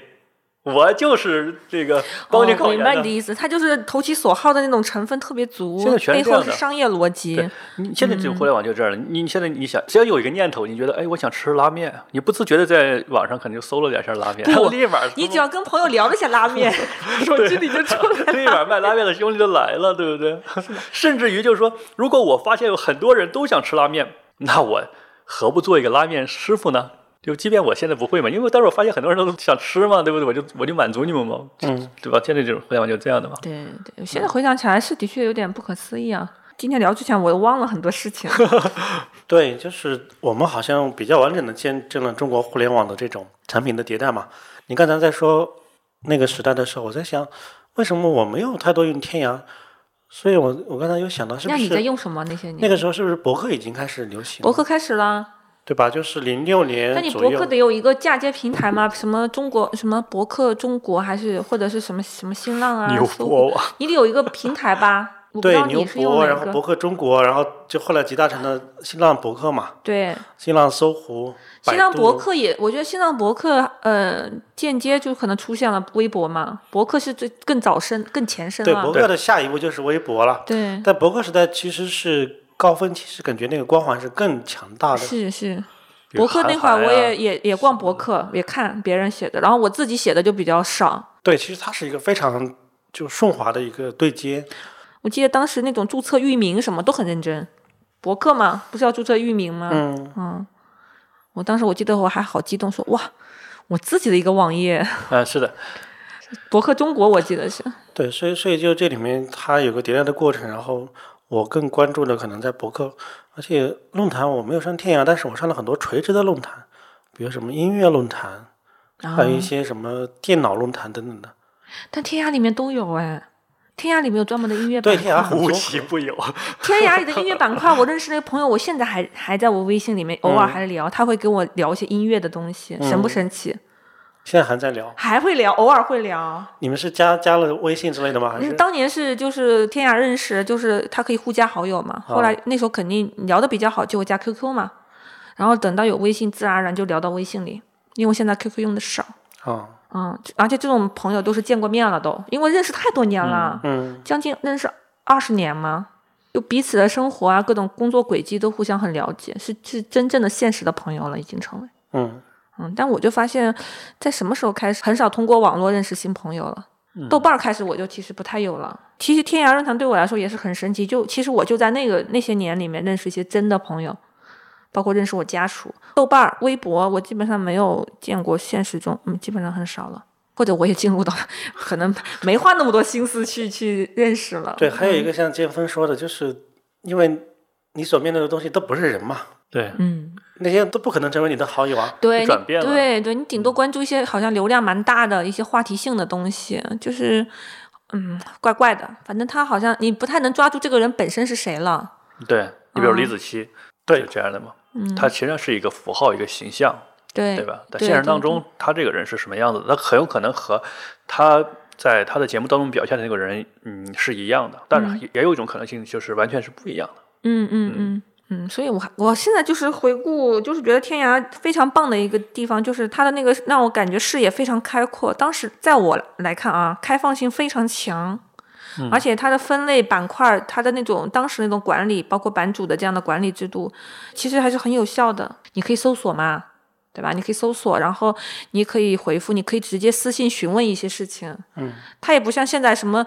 B: 我就是这个帮你
A: 哦
B: 考
A: 明
B: 研
A: 白你
B: 的
A: 的。意思，他就是投其所好的那种成分特别足
B: 现在，全是
A: 背
B: 这样
A: 后是
B: 的
A: 商业逻辑
B: 对。你现在这个互联网就这样了。你你现在你想，只要有一个念头，你觉得哎，我想吃拉面，你不自觉的在网上可能就搜了两下拉面，
A: 不
B: 立马
A: 你只要跟朋友聊了些拉 面，手机里就出来了。
B: 立马卖拉面的兄弟就来了，对不对？ 甚至于就是说，如果我发现有很多人都想吃拉面，那我何不做一个拉面师傅呢？就即便我现在不会嘛，因为但是我发现很多人都想吃嘛，对不对？我就我就满足你们嘛，
D: 嗯，
B: 对吧？现在这种互联网就这样的嘛。
A: 对对，现在回想起来是的确有点不可思议啊。今天聊之前我都忘了很多事 情，
D: 对，就是我们好像比较完整的见证了中国互联网的这种产品的迭代嘛。你刚才在说那个时代的时候，我在想，为什么我没有太多用天涯？所以我我刚才有想到，是
A: 那
D: 不
A: 你在
D: 是
A: 用什么那些年？
D: 那个时候是不是博客已经开始流行了？
A: 博客开始了，
D: 对吧？就是零六
A: 那
D: 年
A: 你
D: 嗯左
A: 博
D: 右
A: 客。得有一个嫁接平台吗？什么中国什么博客中国还是或者是什么什么新浪啊？
B: 牛
A: 搜
B: 博网，
A: 你得有一个平台吧？我不知
D: 对
A: 道
D: 牛
A: 你是用
D: 博，
A: 哪
D: 然后博
A: 个？
D: 客中国，然后就后来集大成的新浪博客嘛，
A: 对，
D: 新浪搜狐、百
A: 新浪
D: 度
A: 博客也，我觉得新浪博客呃间接就可能出现了微博嘛，博客是最更早生更前身
D: 对
A: 了
D: 博。客的下一步就是微博了。
A: 对，
D: 但博客时代其实是高峰期，是感觉那个光环是更强大的。
A: 是是。
B: 比如
A: 博客
B: 韩
A: 那会儿
B: 寒
A: 我
B: 呀
D: 啊
A: 也也也逛博客，也看别人写的，然后我自己写的就比较少。
D: 对，其实它是一个非常就顺滑的一个对接。
A: 我记得当时那种注册域名什么都很认真，博客嘛，不是要注册域名吗？
D: 嗯，
A: 我当时我记得我还好激动说，哇，我自己的一个网页，
B: 嗯，是的，
A: 博客中国，我记得是。
D: 对，所以所以就这里面它有个迭代的过程，然后我更关注的可能在博客，而且论坛我没有上天涯，但是我上了很多垂直的论坛，比如什么音乐论坛，
A: 啊
D: 还有一些什么电脑论坛等等的。
A: 但天涯里面都有哎，天涯里面有专门的音乐
D: 对，
A: 板
D: 天涯
A: 块。
D: 很
B: 无
D: 综
B: 奇
D: 合。
B: 不有。
A: 天涯里的音乐板块，我认识那个朋友，我现在还还在我微信里
D: 嗯
A: 面偶尔还聊，他会跟我聊一些音乐的东西，神不神奇？
D: 现在还在聊，
A: 还会聊，偶尔会聊。
D: 你们是加加了微信之类的吗？还
A: 嗯，
D: 是
A: 当年是就是天涯认识，就是他可以互加好友嘛。后来那时候肯定聊的比较好，就会加 QQ 嘛。然后等到有微信，自然而然就聊到微信里，因为我现在 QQ 用的少，
D: 啊？
A: 嗯，而且这种朋友都是见过面了都，因为认识太多年了，
D: 嗯，
A: 将近认识二十年嘛，就彼此的生活啊，各种工作轨迹都互相很了解，是是真正的现实的朋友了，已经成为。
D: 嗯，
A: 嗯，但我就发现，在什么时候开始，很少通过网络认识新朋友了。
D: 嗯
A: 豆瓣儿开始我就其实不太有了。其实天涯论坛对我来说也是很神奇，就其实我就在那个那些年里面认识一些真的朋友，包括认识我家属。豆瓣儿、微博，我基本上没有见过现实中，嗯，基本上很少了。或者我也进入到， 可能没花那么多心思去去认识了。
D: 对，还有一
B: 嗯
D: 个像建峰说的，就是因为你所面对的东西都不是人嘛，
B: 对，
A: 嗯，
D: 那些都不可能成为你的好友啊。
A: 对，你
B: 转变了嗯
A: 对对，你顶多关注一些好像流量蛮大的一些话题性的东西，就是嗯，怪怪的。反正他好像你不太能抓住这个人本身是谁了。
B: 对你比如
A: 嗯
B: 李子柒，
D: 对
B: 就这样的嘛，
A: 嗯，
B: 他其实上是一个符号，一个形象，
A: 对
B: 对吧？在现实当，中，他这个人是什么样子的？他很有可能和他在他的节目当中表现的那个人，嗯，是一样的。但是
A: 嗯
B: 也也有一种可能性，就是完全是不一样的。
A: 对嗯嗯嗯嗯。所以我还我现在就是回顾，就是觉得天涯非常棒的一个地方，就是他的那个让我感觉视野非常开阔。当时在我来看啊，开放性非常强。而且它的分类板块，它的那种当时那种管理，包括版主的这样的管理制度，其实还是很有效的。你可以搜索嘛，对吧？你可以搜索，然后你可以回复，你可以直接私信询问一些事情。嗯，它也不像现在什么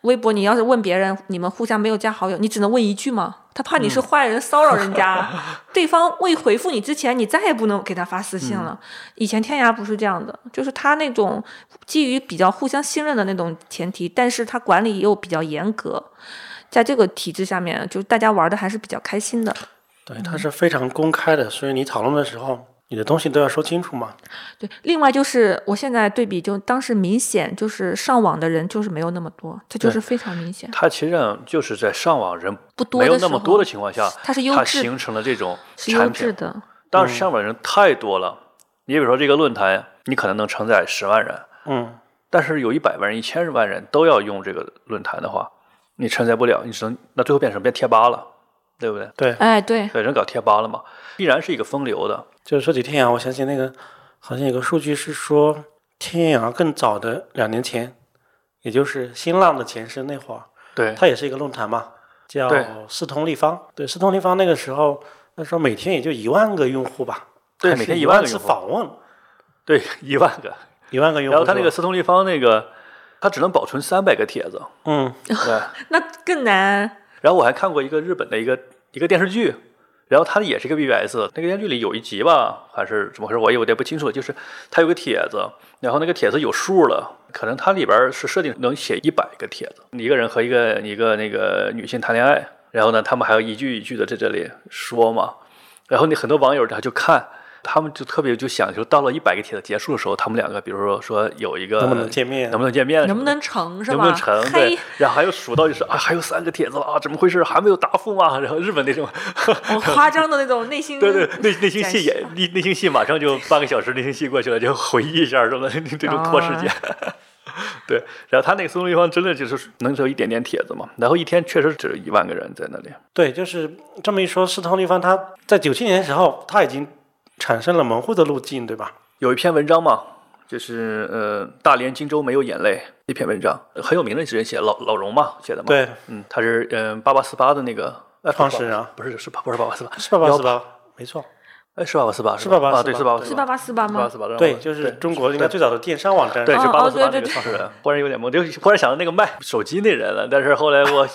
A: 微博，你要是问别人，你们互相没有加好友，你只能问一句嘛。他怕你是坏人骚扰人家，对方未回复你之前，你再也不能给他发私信了。以前天涯不是这样的，就是他那种基于比较互相信任的那种前提，但是他管理又比较严格。在这个体制下面，就是大家玩的还是比较开心的。
D: 对，它是非常公开的，所以你讨论的时候，你的东西都要说清楚嘛。
A: 对，另外就是我现在对比，就当时明显就是上网的人就是没有那么多，这就是
B: 对
A: 非常明显，
B: 他其实上就是在上网人
A: 不多
B: 没
A: 的
B: 有那么
A: 时候
B: 多的情况下，
A: 它是优
B: 它
A: 质
B: 形成了这种
A: 是优
B: 产
A: 质
B: 品。
A: 的。
B: 但是上网人太多了，你比如说这个论坛，你可能能承载十万人，
D: 嗯，
B: 但是有一百万人、一千万人都要用这个论坛的话，你承载不了，你只能那最后变成变贴吧了，对不对？
D: 对，
A: 哎， 对，
B: 对，人搞贴吧了嘛，必然是一个风流的。
D: 啊就是说起天涯，我想起那个好像有个数据是说，天涯更早的两年前，也就是新浪的前身那会儿，
B: 对，
D: 它也是一个论坛嘛，叫
B: 对
D: 四通立方。对，四通立方那个时候，那时候每天也就一万个用户吧，
B: 对
D: 还
B: 每
D: 是
B: 天
D: 一
B: 一万个
D: 次
B: 用户
D: 访问，
B: 对，一万个。
D: 一万个用户。
B: 然后他那个
D: 是吧，
B: 四通立方那个，他只能保存三百个帖子。
D: 嗯，
B: 对，
A: 那更难。
B: 然后我还看过一个日本的一个一个电视剧，然后它也是一个 BBS，那个电视剧里有一集吧，还是怎么回事，我也有点不清楚。就是它有个帖子，然后那个帖子有数了，可能它里边是设定能写一百个帖子，你一个人和一个一个那个女性谈恋爱，然后呢，他们还要一句一句的在这里说嘛，然后那很多网友他就看。他们就特别就想，就到了一百个帖子结束的时候，他们两个，比如说说有一个
D: 能不能见面
B: 能不能见面 什
A: 能不
B: 么的，
A: 能成是吧？
B: 能不能成？对
A: 嘿，，
B: 然后还有数到就是啊，还有三个帖子了啊，怎么回事？还没有答复吗？然后日本那种，
A: 我夸张的那种内心，
B: 对对，内内心
A: 展
B: 戏
A: 示
B: 也内内心戏马上就半个小时内心戏过去了，就回忆一下什么 这种拖时间。
A: 哦
B: 对，然后他那个松立方真的就是能只有一点点帖子嘛，然后一天确实只有一万个人在那里。
D: 对，就是这么一说，四通立方它在九七年的时候，它已经产生了门户的路径，对吧？
B: 有一篇文章嘛，就是呃，大连荆州没有眼泪一篇文章，很有名的人写老老荣嘛写的嘛。，
D: 对，
B: 嗯，他是嗯八八四八的那个呃
D: 创始人啊
B: 不是是不是八八四八
D: 是八八四八，没错，
B: 哎，是八八四八，
D: 是
B: 吧
D: 吧
B: 啊，
D: 是
B: 对，
D: 吧
B: 是八八
A: 是
B: 八
A: 八八四八
B: 八
A: 吗？
B: 四八的，
D: 对，就是中国应该最早的电商网站。
B: 对，就
A: 哦
B: 八八
A: 哦
B: 四
A: 对
B: 八那
A: 对
B: 个
A: 对
B: 创始人，忽然有点懵，就忽然想到那个卖手机那人了，但是后来 我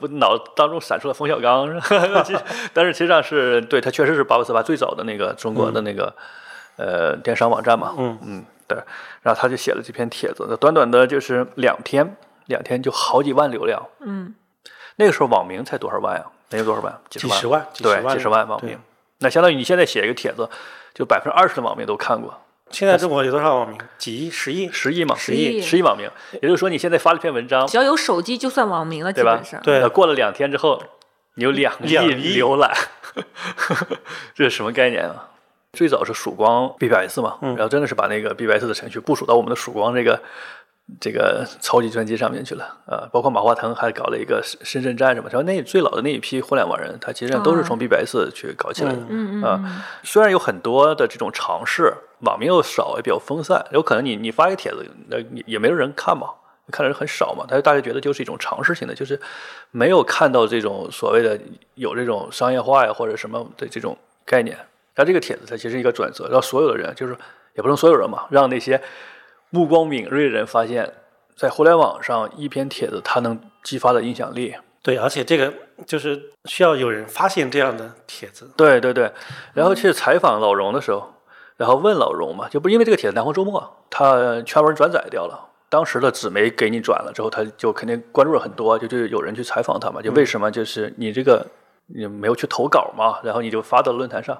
B: 我脑当中闪出了冯小刚， 是吧其实但是其实上是对他确实是八八四八最早的那个中国的那个呃电商网站嘛，
D: 嗯
B: 嗯，对，然后他就写了这篇帖子，短短的就是两天，两天就好几万流量，
A: 嗯，
B: 那个时候网名才多少万呀、没有多少万，几
D: 几
B: 万，
D: 十万，几十
B: 对，
D: 万，
B: 几十万网
D: 对
B: 名，那相当于你现在写一个帖子，就百分之二十的网名都看过，
D: 现在中国有多少网民？几亿、十亿？
B: 十亿嘛，
A: 十亿
B: 十亿网名，也就是说你现在发了一篇文章，
A: 只要有手机就算网民了，基
B: 对吧
A: 本上。
D: 对
B: 呃过了两天之后，你有两亿
D: 两亿
B: 浏览， 这是什么概念啊？最早是曙光 BBS 嘛，
D: 嗯
B: 然后真的是把那个 BBS 的程序部署到我们的曙光这个这个超级专机上面去了，呃，包括马化腾还搞了一个深深圳站什么，然后那最老的那一批互联网人，他其实上都是从 BBS 去搞起来的，
A: 嗯嗯
B: 啊、虽然有很多的这种尝试，网民又少，也比较分散，有可能你你发一个帖子，那也也没有人看嘛，看的人很少嘛，他就大家觉得就是一种尝试性的，就是没有看到这种所谓的有这种商业化呀或者什么的这种概念。然后这个帖子它其实一个转折，让所有的人，就是也不能所有人嘛，让那些目光敏锐的人发现，在互联网上一篇帖子它能激发的影响力。
D: 对，而且这个就是需要有人发现这样的帖子。
B: 对对对，然
A: 嗯
B: 后去采访老荣的时候，然后问老荣嘛，就不因为这个帖子《南方周末》他全文转载掉了，当时的纸媒给你转了之后，他就肯定关注了很多，就就有人去采访他嘛，
A: 嗯
B: 就为什么就是你这个你没有去投稿嘛，然后你就发到论坛上。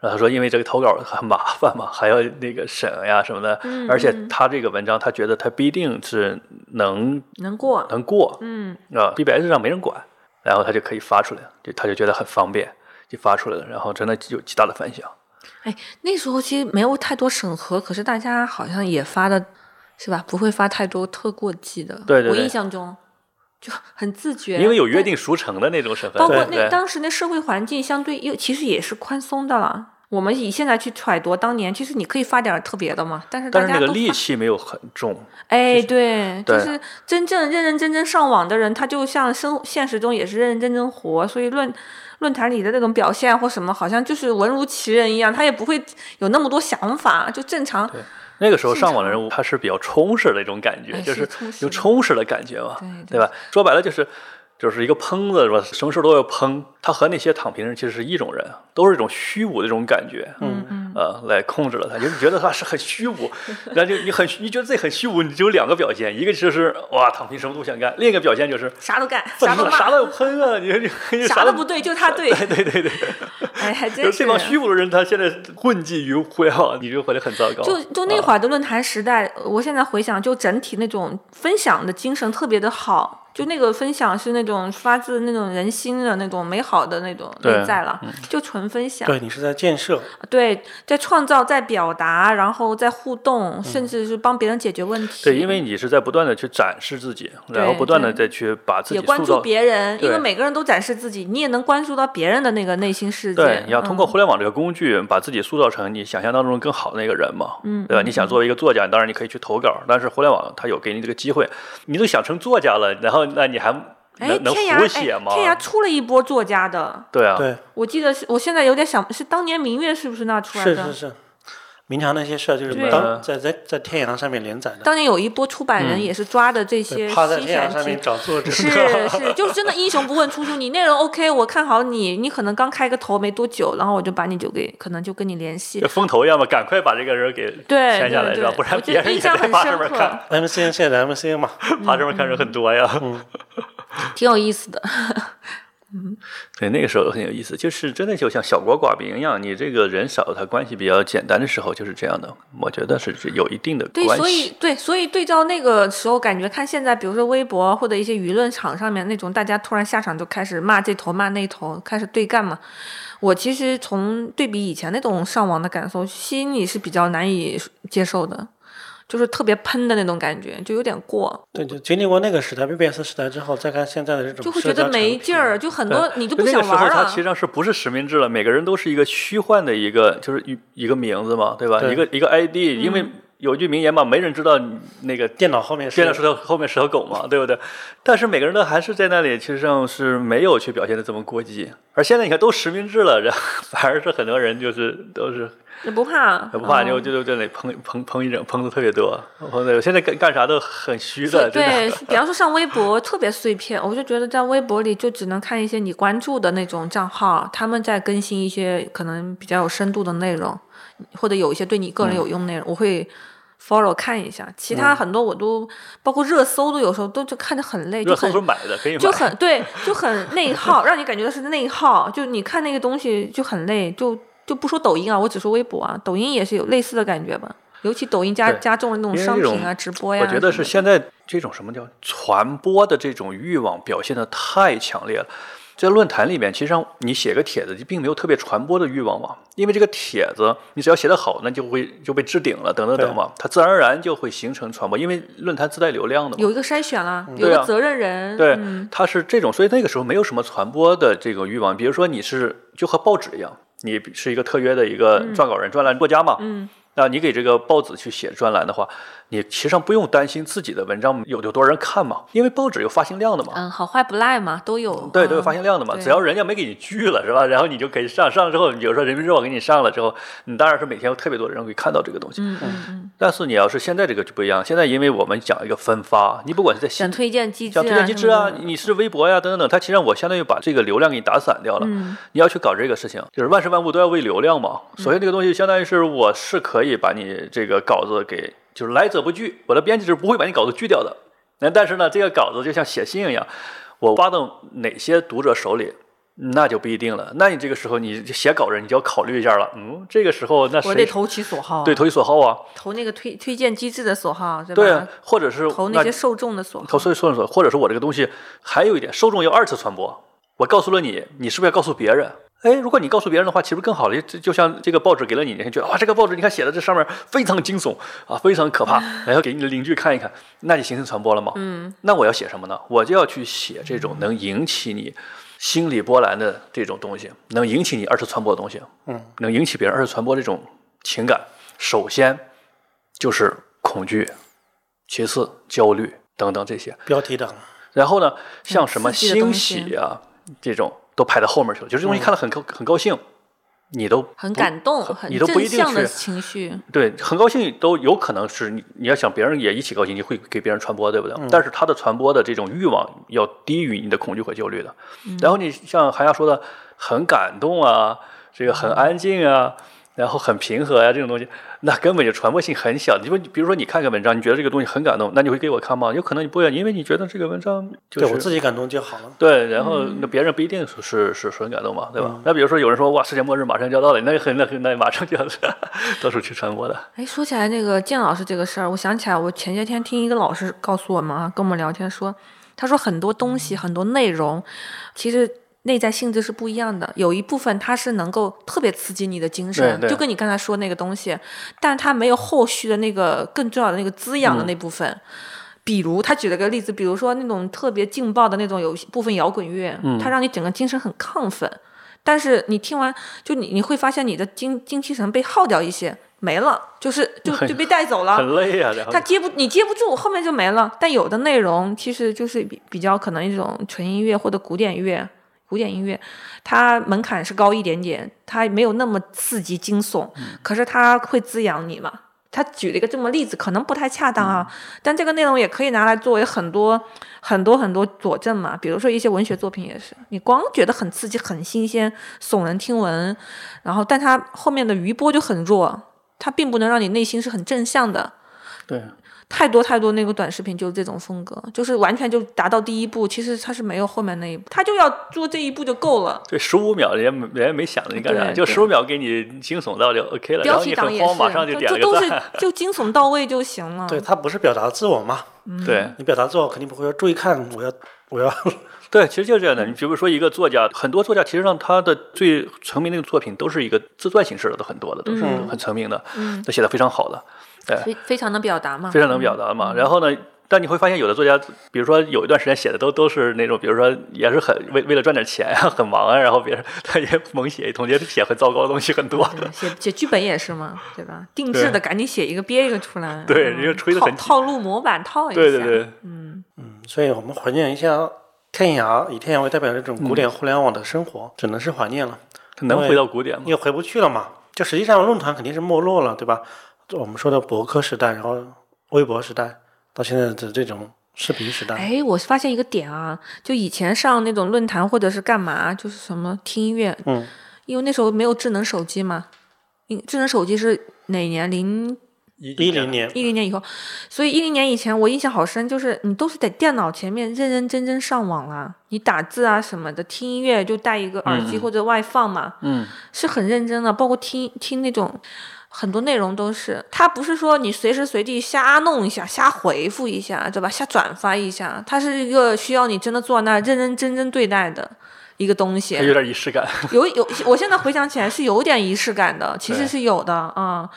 B: 然后他说，因为这个投稿很麻烦嘛，还要那个审呀什么的，
A: 嗯
B: 而且
A: 嗯
B: 他这个文章，他觉得他不一定是能
A: 能过。
B: 能过，
A: 嗯，
B: 啊、b b s 上没人管，然后他就可以发出来，就他就觉得很方便，就发出来了，然后真的有极大的反响。
A: 哎，那时候其实没有太多审核，可是大家好像也发的，是吧？不会发太多特过激的。
B: 对对
A: 我
B: 对
A: 印象中就很自觉，
B: 因为有约定俗成的那种身份，
A: 包括
B: 对
A: 那
B: 对
A: 当时那社会环境相对又其实也是宽松的了。我们以现在去揣度，当年其实你可以发点儿特别的嘛，但是大
B: 但是那
A: 家都
B: 个
A: 发
B: 戾气没有很重，
A: 哎，对，就
B: 对
A: 是真正认认真真上网的人，他就像生现实中也是认认真真活，所以论论坛里的那种表现或什么，好像就是文如其人一样，他也不会有那么多想法，就正常。
B: 那个时候上网的人物，他是比较充实的一种感觉，
A: 哎
B: 就是
A: 充实
B: 有
A: 的
B: 充实的感觉嘛，
A: 对对
B: 吧？说白了就是就是一个喷子是吧？什么事都要喷。他和那些躺平人其实是一种人，都是一种虚无的这种感觉，嗯嗯，呃，来控制了他，就是觉得他是很虚 无，然后就你很你觉得自己很虚无，你只有两个表现，一个就是哇躺平什么都不想干，另一个表现就是
A: 啥都干，啥都
B: 啥
A: 骂，
B: 都要喷啊，你你你
A: 啥
B: 都
A: 都不对，就他对。
B: 对对对，
A: 哎，还真。
B: 就是是这帮虚无的人，他现在混迹于互联网，你就会很糟糕。
A: 就就那
B: 啊
A: 会儿的论坛时代，我现在回想，就整体那种分享的精神特别的好，就那个分享是那种发自那种人心的那种美好的那种
B: 对嗯
A: 内在了，就纯分享。
D: 对你是在建设，
A: 对，在创造，在表达，然后在互动，甚至是帮别人解决问题。
B: 嗯对，因为你是在不断的去展示自己，然后
A: 对
B: 不断的再
A: 对
B: 去把自己
A: 也关
B: 塑
A: 注
B: 造。
A: 别人，因为
B: 对
A: 每个人都展示自己，你也能关注到别人的那个内心世界。
B: 对，你要通过
A: 嗯
B: 互联网这个工具，把自己塑造成你想象当中更好的那个人嘛，嗯，对吧？你想作为一个作家，当然你可以去投稿，但是互联网它有给你这个机会，你都想成作家了，然后那你还
A: 哎，
B: 能能
A: 天涯
B: 胡写吗
A: 哎？？天涯出了一波作家的，
B: 对啊，
D: 对，
A: 我记得是，我现在有点想，是当年明月是不是那出来
D: 是
A: 的？
D: 是是，明朝那些事儿就是
A: 对
D: 当在在在天涯上面连载的，
A: 当年有一波出版
B: 嗯
A: 人也是抓的这些
D: 对，
A: 新
D: 趴在天
A: 选
D: 涯上面
A: 题。
D: 找作者，
A: 是是，就是真的英雄不问出处，你内容 OK，我看好你，你可能刚开个头没多久，然后我就把你就给，可能就跟你联系
B: 这。风头要么赶快把这个人给
A: 对
B: 签下来，
A: 对
B: 是吧
A: 对，？
B: 不然
A: 我觉
B: 别
A: 得
B: 人
A: 印
B: 也
A: 象
B: 在
A: 很
B: 爬
A: 深
B: 上面看
A: 刻，，嗯
D: MCN 现在的 MCN 嘛，
B: 爬上面看人很多呀。
A: 挺有意思的。
B: 对，那个时候很有意思，就是真的就像小国寡民一样，你这个人少，他关系比较简单的时候就是这样的。我觉得是有一定的
A: 对，
B: 关系。
A: 所以对，所以对照那个时候，感觉看现在，比如说微博或者一些舆论场上面那种，大家突然下场就开始骂这头骂那头，开始对干嘛。我其实从对比以前那种上网的感受，心里是比较难以接受的，就是特别喷的那种感觉，就有点过，
D: 对，就经历过那个时代 BBS 时代之后，再看现在的这种，
A: 就会觉得没劲儿，。就很多你就不
B: 那
A: 想
B: 个时
A: 玩
B: 候，
A: 儿
B: 它其实
A: 了。
B: 上是不是实名制了？每个人都是一个虚幻的一个，就是一一个名字嘛，对吧？
D: 对
B: 一个一个 ID，因
A: 嗯
B: 为有句名言嘛，没人知道你那个
D: 电脑后面是
B: 电脑石头后面是条狗嘛，对不对？但是每个人都还是在那里，其实上是没有去表现的这么过激。而现在你看都实名制了，然后 反而是很多人就是都是
A: 也不怕，
B: 也不怕，
A: 嗯
B: 就就就在那里砰砰砰一整，砰的特别多。砰的，现在干干啥都很虚
A: 所
B: 的，
A: 以
B: 真 的。
A: 对，比方说上微博特别碎片，我就觉得在微博里就只能看一些你关注的那种账号，他们在更新一些可能比较有深度的内容，或者有一些对你
B: 嗯
A: 个人有用内容，我会 follow 看一下。其他很多我都、包括热搜都有时候都就看着很累，就
B: 热搜
A: 很
B: 是买的，可以买。
A: 就很对，就很内耗，让你感觉到是内耗。就你看那个东西就很累，就就不说抖音啊，我只说微博啊，抖音也是有类似的感觉吧。尤其抖音加
B: 对
A: 加重了那种
B: 因为
A: 商
B: 这
A: 品
B: 种
A: 啊、直播呀
B: 我
A: 什么的，
B: 觉得是现在这种什么叫传播的这种欲望表现的太强烈了。在论坛里面，其实上你写个帖子，你并没有特别传播的欲望嘛，因为这个帖子你只要写得好，那就会就被置顶了，等等等嘛，它自然而然就会形成传播，因为论坛自带流量的嘛。
A: 有一个筛选了，有
B: 对
A: 个
B: 啊
A: 责任人。
B: 对，
A: 嗯
B: 它是这种，所以那个时候没有什么传播的这种欲望。比如说你是就和报纸一样，你是一个特约的一个撰稿人、专栏作家嘛，
A: 嗯，
B: 那你给这个报纸去写专栏的话，你其实上不用担心自己的文章有有多少人看嘛，因为报纸有发行量的嘛。
A: 嗯，好坏不赖嘛，都有。
B: 对，都
A: 嗯
B: 有发行量的嘛，
A: 对
B: 只要人家没给你拒了，是吧？然后你就可以上，上了之后，比如说人民日报给你上了之后，你当然是每天有特别多的人会看到这个东西。
A: 嗯嗯嗯，
B: 但是你要是现在这个就不一样，现在因为我们讲一个分发，你不管是在
A: 选推荐机制
B: 讲
A: 啊，
B: 推荐机制啊，你是微博呀、等等等，它其实让我相当于把这个流量给你打散掉了。
A: 嗯
B: 你要去搞这个事情，就是万事万物都要为流量嘛。首先，这个东西相当于是我是可以把你这个稿子给，就是来者不拒，我的编辑是不会把你稿子拒掉的。那但是呢，这个稿子就像写信一样，我发到哪些读者手里，那就不一定了。那你这个时候，你写稿人你就要考虑一下了。嗯，这个时候那
A: 我得
B: 谁
A: 投其所好，
B: 对投其所好啊？
A: 投那个推推荐机制的所好，对吧？
B: 对啊，或者是
A: 投那
B: 那
A: 些受众的所
B: 投
A: 好。
B: 诉所所，或者是我这个东西还有一点，受众要二次传播。我告诉了你，你是不是要告诉别人？哎，如果你告诉别人的话，其实更好了。就就像这个报纸给了你，你看觉得哇，这个报纸你看写的这上面非常惊悚啊，非常可怕，然后给你的邻居看一看，那你形成传播了吗？
A: 嗯，
B: 那我要写什么呢？我就要去写这种能引起你心理波澜的这种东西，能引起你二次传播的东西，
D: 嗯，
B: 能引起别人二次传播这种情感。首先就是恐惧，其次焦虑等等这些。
D: 标题党，
B: 然后呢，像什么
A: 刺嗯激的东
B: 欣
A: 西嗯
B: 喜啊这种都排到后面去了，就是东西看了很高、很高兴，你都
A: 很
B: 不
A: 感动，很
B: 你都不
A: 正
B: 一定
A: 向的
B: 是
A: 情绪，
B: 对，很高兴都有可能是你，你要想别人也一起高兴，你会给别人传播，对不
A: 嗯
B: 对？但是他的传播的这种欲望要低于你的恐惧和焦虑的。
A: 嗯
B: 然后你像韩亚说的，很感动啊，这个
A: 嗯
B: 很安静啊，然后很平和呀、这种东西，那根本就传播性很小。你说，比如说你看个文章，你觉得这个东西很感动，那你会给我看吗？有可能你不会，因为你觉得这个文章就是
D: 对我自己感动就好
A: 嗯
D: 了。
B: 对，然后那别人不一定是是是很感动嘛，对吧？
A: 嗯
B: 那比如说有人说哇，世界末日马上就要到了，那很那很那马上就要 到处去传播的，
A: 哎，说起来那个建老师这个事儿，我想起来，我前些天听一个老师告诉我们啊，跟我们聊天说，他说很多东西、很多内容，其实内在性质是不一样的。有一部分它是能够特别刺激你的精神，
B: 对对
A: 就跟你刚才说那个东西，但它没有后续的那个更重要的那个滋
B: 嗯
A: 养的那部分。比如他举了个例子，比如说那种特别劲爆的那种有部分摇滚乐，
B: 嗯
A: 它让你整个精神很亢奋，但是你听完就你你会发现你的精精气神被耗掉一些，没了，就是就就被带走了，
B: 很累啊，然后
A: 他接不，你接不住，后面就没了。但有的内容其实就是比比较可能一种纯音乐或者古典乐，古典音乐它门槛是高一点点，它没有那么刺激惊悚，
B: 嗯
A: 可是它会滋养你嘛。他举了一个这么例子，可能不太恰当啊，
B: 嗯
A: 但这个内容也可以拿来作为很多很多很多佐证嘛。比如说一些文学作品也是，你光觉得很刺激、很新鲜、耸人听闻，然后但它后面的余波就很弱，它并不能让你内心是很正向的。
B: 对
A: 太多太多那个短视频就是这种风格，就是完全就达到第一步，其实它是没有后面那一步，他就要做这一步就够了。
B: 这十五秒人家人家没想着你干啥，
A: 对
B: 就
A: 对
B: 十五秒给你惊悚到就 OK 了，然
A: 标
B: 后
A: 题
B: 你
A: 党
B: 很
A: 也是
B: 慌，，马上
A: 就
B: 点了
A: 这都
B: 个
A: 是
B: 赞，
A: 就惊悚到位就行了。
D: 对他不是表达自我嘛？
A: 嗯
B: 对。
D: 你表达自我肯定不会说注意看，我要我要
B: 对，其实就是这样的。你比如说一个作家，很多作家其实上他的最成名的作品都是一个自传形式的，都很多的，都是
D: 嗯
B: 很成名的，
A: 嗯
B: 都写的非常好的，
A: 非非常能表达嘛，
B: 非常能表达
A: 嗯
B: 嘛。然后呢，但你会发现有的作家，比如说有一段时间写的都都是那种，比如说也是很为为了赚点钱啊，很忙啊，然后别人他也猛写一通，也写很糟糕的东西很多。
A: 对写写剧本也是嘛，对吧？定制的
B: 对
A: 赶紧写一个憋一个出来，
B: 对
A: 嗯
B: 人家吹得
A: 套
B: 很紧
A: 套路模板套一下，
B: 对对对，
A: 嗯，
D: 嗯，所以我们怀念一下天涯，以天涯为代表的这种
B: 嗯
D: 古典互联网的生活，只能是怀念了，
B: 他能回到古典吗
D: 你？也回不去了嘛。就实际上论坛肯定是没落了，对吧？我们说的博客时代，然后微博时代，到现在的这种视频时代，
A: 哎，我发现一个点啊，就以前上那种论坛或者是干嘛，就是什么听音乐，
D: 嗯，
A: 因为那时候没有智能手机嘛，嗯智能手机是哪年？零
D: 一零年，
A: 一零年以后，所以一零年以前我印象好深，就是你都是在电脑前面认认真真上网啦，你打字啊什么的，听音乐就带一个耳机
B: 嗯嗯
A: 或者外放嘛，
B: 嗯，
A: 是很认真的，包括听听那种很多内容都是，它不是说你随时随地瞎弄一下、瞎回复一下，对吧？瞎转发一下，它是一个需要你真的坐在那儿认认真真对待的一个东西。
B: 他有点仪式感。
A: 有有，我现在回想起来是有点仪式感的，其实
B: 对
A: 是有的啊、嗯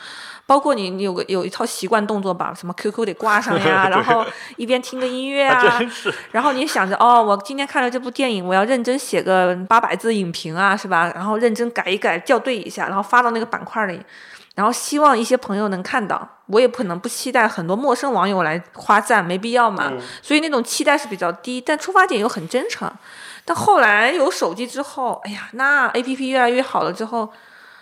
A: 包括你，你有个有一套习惯动作吧，什么 QQ 得挂上呀，然后一边听个音乐啊，然后你想着哦，我今天看了这部电影，我要认真写个八百字影评啊，是吧？然后认真改一改，校对一下，然后发到那个板块里，然后希望一些朋友能看到。我也不可能不期待很多陌生网友来夸赞，没必要嘛。所以那种期待是比较低，但出发点又很真诚。但后来有手机之后，哎呀，那 A P P 越来越好了之后，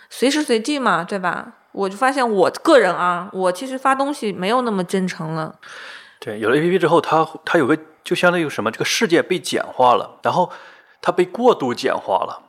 A: 随时随地嘛，对吧？我就发现我个人啊，我其实发东西没有那么真诚了。
B: 对，有了 A P P 之后，它它有个就相当于什么，这个世界被简化了，然后它被过度简化了。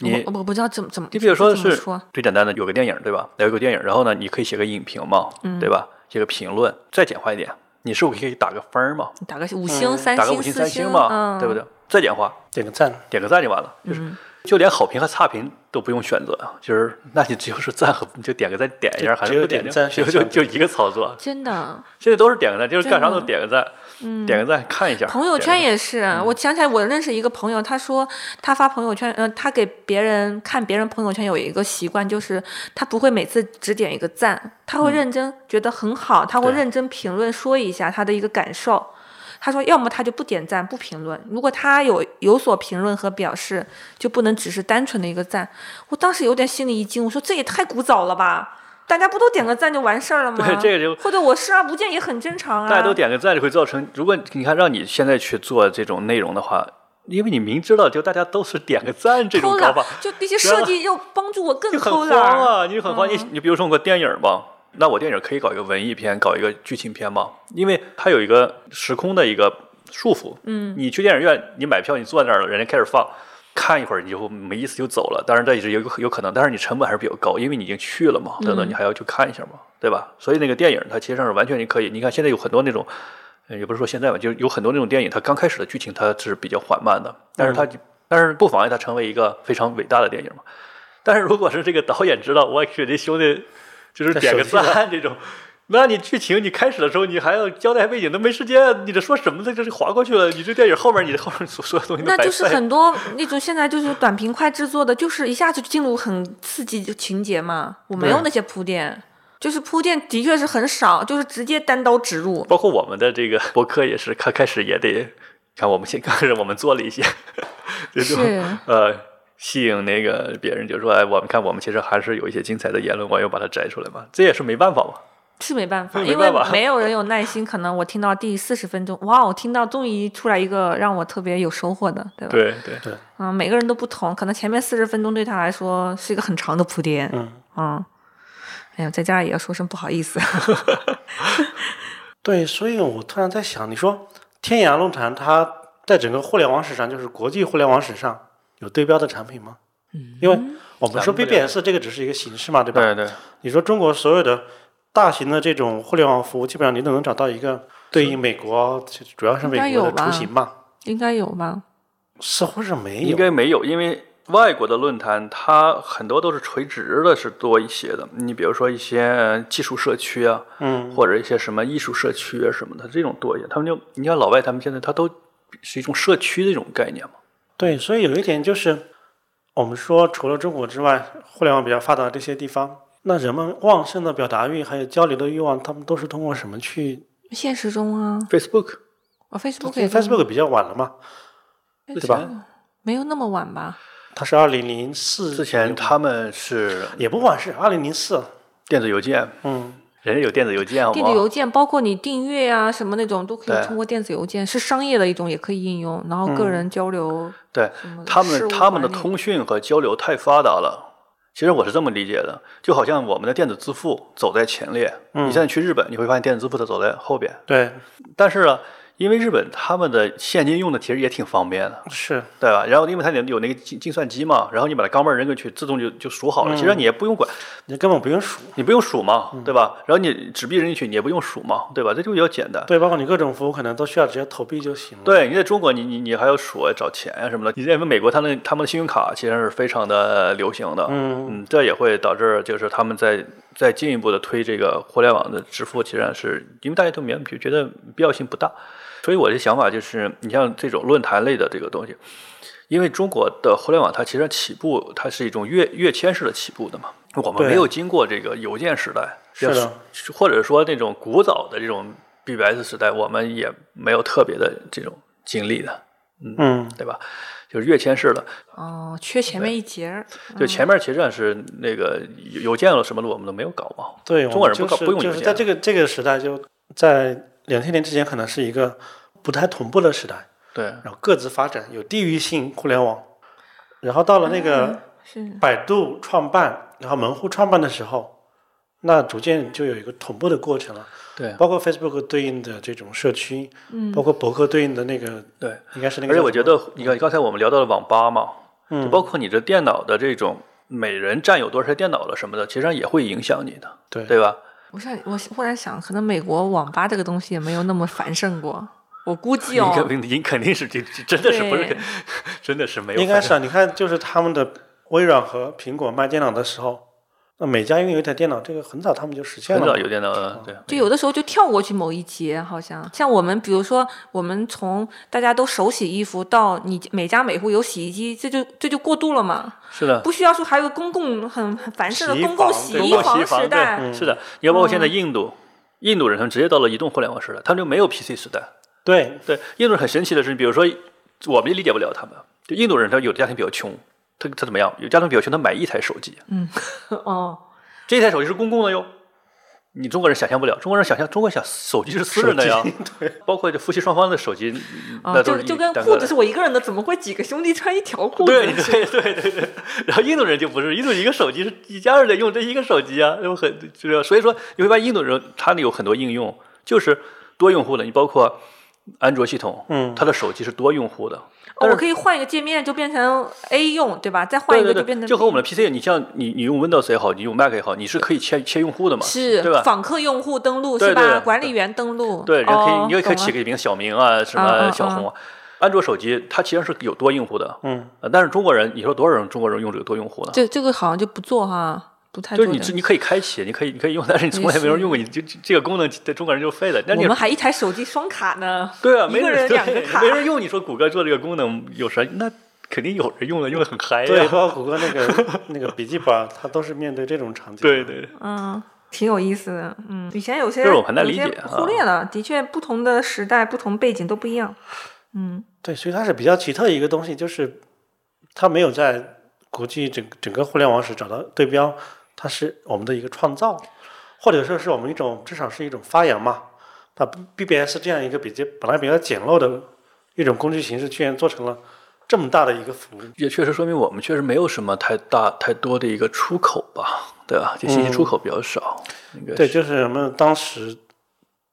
B: 你
A: 我我不知道怎么怎么，
B: 你比如
A: 说
B: 说是最简单的，有个电影对吧？有个电影，然后呢，你可以写个影评嘛，
A: 嗯
B: 对吧？写个评论，再简化一点，你是不是可以打个分儿嘛？
A: 打个五星、三
B: 嗯打个
A: 星、
B: 五星、
A: 四
B: 三星嘛，
A: 嗯、
B: 对不？对？再简化，
D: 点个赞。
B: 点个赞就完了，就是、就连好评和差评都不用选择，啊就是那你只有是赞和你就点个赞点一下，
D: 就
B: 还
D: 只
B: 是
D: 有
B: 不点
D: 点
B: 就
D: 赞
B: 就
D: 选
B: 就
D: 项
B: 就一个操作，
A: 真的，
B: 现在都是点个赞，就是干啥
A: 真的嗯
B: 都点个赞，点个赞看一下。
A: 朋友
B: 点个
A: 圈
B: 赞
A: 也是。
B: 嗯
A: 我想起来，我认识一个朋友，他说他发朋友圈，呃，他给别人看别人朋友圈有一个习惯，就是他不会每次只点一个赞，他会认真觉得很好，他会
B: 嗯对
A: 认真评论说一下他的一个感受。他说，要么他就不点赞不评论，如果他有有所评论和表示，就不能只是单纯的一个赞。我当时有点心里一惊，我说这也太古早了吧。大家不都点个赞就完事儿了吗？
B: 对这个就
A: 或者我视而不见也很正常啊。
B: 大家都点个赞，就会造成，如果你看让你现在去做这种内容的话，因为你明知道就大家都是点个赞这种
A: 偷
B: 搞
A: 懒
B: 法，，
A: 就那些设计又帮助我更
B: 你很
A: 偷
B: 慌
A: 懒儿。嗯
B: 啊，你很慌。你你比如说我电影吧，那我电影可以搞一个文艺片，搞一个剧情片嘛，因为它有一个时空的一个束缚。嗯，你去电影院，你买票，你坐那儿了，人家开始放。看一会儿你就没意思就走了，当然这也是有有可能，但是你成本还是比较高，因为你已经去了嘛，
A: 嗯
B: 等等你还要去看一下嘛，对吧？所以那个电影它其实上是完全你可以，你看现在有很多那种呃也不是说现在吧，就有很多那种电影，它刚开始的剧情它是比较缓慢的，但是它、
A: 嗯
B: 但是不妨碍它成为一个非常伟大的电影嘛。但是如果是这个导演知道，我去这兄弟就是点个
D: 在手机
B: 赞这种，那你剧情你开始的时候，你还要交代背景，都没时间，你这说什么呢？这是划过去了。你这电影后面，你后面所所有东西都
A: 那
B: 白
A: 就是
B: 费。
A: 很多那种现在就是短平快制作的，就是一下就进入很刺激的情节嘛。我没有
B: 对
A: 那些铺垫，就是铺垫的确是很少，就是直接单刀直入。
B: 包括我们的这个博客也是，开开始也得看我们先刚开始我们做了一些，这种
A: 是
B: 呃吸引那个别人就说，哎，我们看我们其实还是有一些精彩的言论，我又把它摘出来嘛，这也是没办法嘛。
A: 是没办法，
B: 没
A: 因为
B: 办法
A: 没有人有耐心。可能我听到第四十分钟，哇，我听到终于出来一个让我特别有收获的，对吧？
B: 对对
D: 对
A: 嗯，每个人都不同，可能前面四十分钟对他来说是一个很长的铺垫。
D: 嗯，
A: 嗯，哎呀，在家里也要说声不好意 思。
D: 对，所以我突然在想，你说天涯论坛它在整个互联网史上，就是国际互联网史上有对标的产品吗？嗯，因为我们说
B: 咱们不了
D: BBS 这个只是一个形式嘛，对吧？
B: 对对，
D: 你说中国所有的大型的这种互联网服务，基本上你都能找到一个对应美国，其实主要是美
A: 应该
D: 国
A: 有
D: 的
A: 吧
D: 雏形嘛，
A: 应该有吧？
D: 似乎是没
B: 应
D: 有。
B: 该没有，因为外国的论坛它很多都是垂直的，是多一些的。你比如说一些技术社区啊，
D: 嗯，
B: 或者一些什么艺术社区啊什么的，这种多一些。他们就你像老外，他们现在他都是一种社区的一种概念嘛。
D: 对，所以有一点就是，我们说除了中国之外，互联网比较发达的这些地方，那人们旺盛的表达欲还有交流的欲望，他们都是通过什么去
A: 现实中啊，
B: Facebook
A: 我 Facebook 也
D: ？Facebook 比较晚了嘛，
B: 对吧？
A: 没有那么晚吧？
D: 它是二零零四
B: 之前他们是
D: 也不晚是二零零四，
B: 电子邮件，
D: 嗯，
B: 人家有电子邮件好
A: 电子邮
B: 吗？
A: 件包括你订阅啊什么那种，都可
B: 对嗯
A: 以通过电子邮件，是商业的一种，也可以应用。然后个人交流，
B: 对
A: 什么
B: 他
A: 事
B: 们
A: 务
B: 他们的
A: 管理
B: 通讯和交流太发达了。其实我是这么理解的，就好像我们的电子支付走在前列，你现在去日本，你会发现电子支付它走在后边。
D: 对，
B: 但是呢，因为日本他们的现金用的其实也挺方便的，
D: 是
B: 对吧？然后因为它有有那个计计算机嘛，然后你把它钢镚儿扔进去，自动就就数好了。其实你也不用管，
D: 你根本不用数，
B: 你不用数嘛，对吧？然后你纸币扔进去，你也不用数嘛，对吧？这就比较简单。
D: 对，包括你各种服务可能都需要直接投币就行了。
B: 对，你在中国你，你你还要数找钱呀、什么的。你认为美国他们他们的信用卡其实是非常的流行的，
D: 嗯
B: 嗯，这也会导致就是他们在在进一步的推这个互联网的支付，其实上是因为大家都明觉得必要性不大，所以我的想法就是，你像这种论坛类的这个东西，因为中国的互联网它其实起步它是一种跃跃迁式的起步的嘛，我们
D: 对
B: 没有经过这个邮件时代，
D: 是的
B: 就是，或者说那种古早的这种 BBS 时代，我们也没有特别的这种经历的，
D: 嗯，
B: 对吧？就是跃迁式的，
A: 哦、缺前面一节儿。
B: 就前面其实上是那个邮邮件了什么的，我们都没有搞嘛。
D: 对，
B: 中
D: 我
B: 国
D: 们
B: 人不
D: 就
B: 搞
D: 是
B: 不用
D: 就
B: 邮
D: 是
B: 件
D: 在这个这个时代，就在两千年之前，可能是一个不太同步的时代，
B: 对，
D: 然后各自发展，有地域性互联网，然后到了那个
A: 是
D: 百度创办，然后门户创办的时候，那逐渐就有一个同步的过程了，
B: 对
D: 包括 Facebook 对应的这种社区，嗯，包括博客对应的那个，
B: 对。
D: 应该是那个
B: 而
D: 叫什么，
B: 且我觉得，你看刚才我们聊到了网吧嘛，就
D: 嗯，
B: 包括你这电脑的这种每人占有多少台电脑了什么的，其实上也会影响你的，
D: 对
B: 对吧？
A: 我想，我忽然想，可能美国网吧这个东西也没有那么繁盛过。我估计
B: 您
A: 哦，
B: 肯您肯定是这这真的是不是
A: 对，
B: 真的是没有
D: 应
B: 反正，
D: 该是啊，你看就是他们的微软和苹果卖电脑的时候。那每家拥有一台电脑，这个很早他们就实现
B: 很
D: 了
B: 早
D: 嘛。
B: 有电脑，嗯对，
A: 就有的时候就跳过去某一节，好像像我们，比如说我们从大家都手洗衣服到你每家每户有洗衣机，这就这就过渡了嘛，
B: 是的，
A: 不需要说还有公共很很繁盛
D: 洗
A: 的
D: 衣
A: 公共
D: 房
A: 洗
D: 对
A: 衣
B: 公共洗
A: 房
B: 衣
A: 时
B: 房
A: 代，嗯
B: 对，是的。你要包括现在印度，印度人他们直接到了移动互联网时代，他们就没有 PC 时代。
D: 对，
B: 对，印度人很神奇的是，比如说我们也理解不了他们，就印度人他有的家庭比较穷，他他怎么样？有家庭比较穷，他买一台手机，
A: 哦，
B: 这台手机是公共的哟。你中国人想象不了，中国人想象，中国人想手机是私人的呀，对， 包括这夫妻双方的手机，
A: 啊，
B: 嗯那都
A: 就是就
B: 一
A: 跟
B: 单个
A: 裤
B: 的
A: 子是我一个人的，怎么会几个兄弟穿一条裤子？
B: 对对对对 对，然后印度人就不是，印度一个手机是一家人得用这一个手机啊，就很就是，所以说你会发现印度人他有很多应用就是多用户的，你包括安卓系统，
D: 嗯
B: 它的手机是多用户的，
A: 哦
B: 但
A: 我
B: 是
A: 可以换一个界面就变成 A 用，对吧？再换
B: 对
A: 一个
B: 对
A: 就变嗯
B: 对，
A: 成
B: 就和我们的 PC，你像你你用 Windows 也好，你用 Mac 也好，你是可以切切用户的嘛，
A: 是
B: 对吧？
A: 访客用户登录
B: 对
A: 是
B: 对
A: 吧？
B: 对
A: 管理员登录，
B: 对，人可以，
A: 哦
B: 你也可以
A: 懂
B: 起
A: 了
B: 个名小明啊，什
A: 嗯
B: 么
A: 嗯
B: 小红啊。安卓手机它其实是有多用户的，
D: 嗯
B: 呃但是中国人，你说多少人中国人用这个多用户呢？
A: 这这个好像就不做哈，不太
B: 就
A: 做
B: 是
A: 这
B: 你
A: 个
B: 自你可以开启，你可以你可以用，但是你从来没人用过，你这这这个功能在中国人就废了。那你
A: 我们还一台手机双卡呢。
B: 对啊，
A: 一
B: 没
A: 个人
B: 对
A: 两个卡
B: 没人用。你说谷歌做这个功能有啥？那肯定有人用了，用的很嗨
D: 对，
B: 呀。
D: 包括谷歌那个那个笔记本，它都是面对这种场景。
B: 对，对，
A: 嗯，挺有意思的。嗯，以前有些
B: 这种很难理解
A: 有些
B: 啊
A: 忽略了。的确，不同的时代、不同背景都不一样。嗯，
D: 对，所以它是比较奇特的一个东西，就是它没有在国际整整个互联网史找到对标，它是我们的一个创造，或者说是我们一种至少是一种发扬嘛。把 BBS 这样一个比较本来比较简陋的一种工具形式，居然做成了这么大的一个服务。
B: 也确实说明我们确实没有什么太大太多的一个出口吧，对吧？这信息出口比较少，应该
D: 对，
B: 是
D: 就是我们当时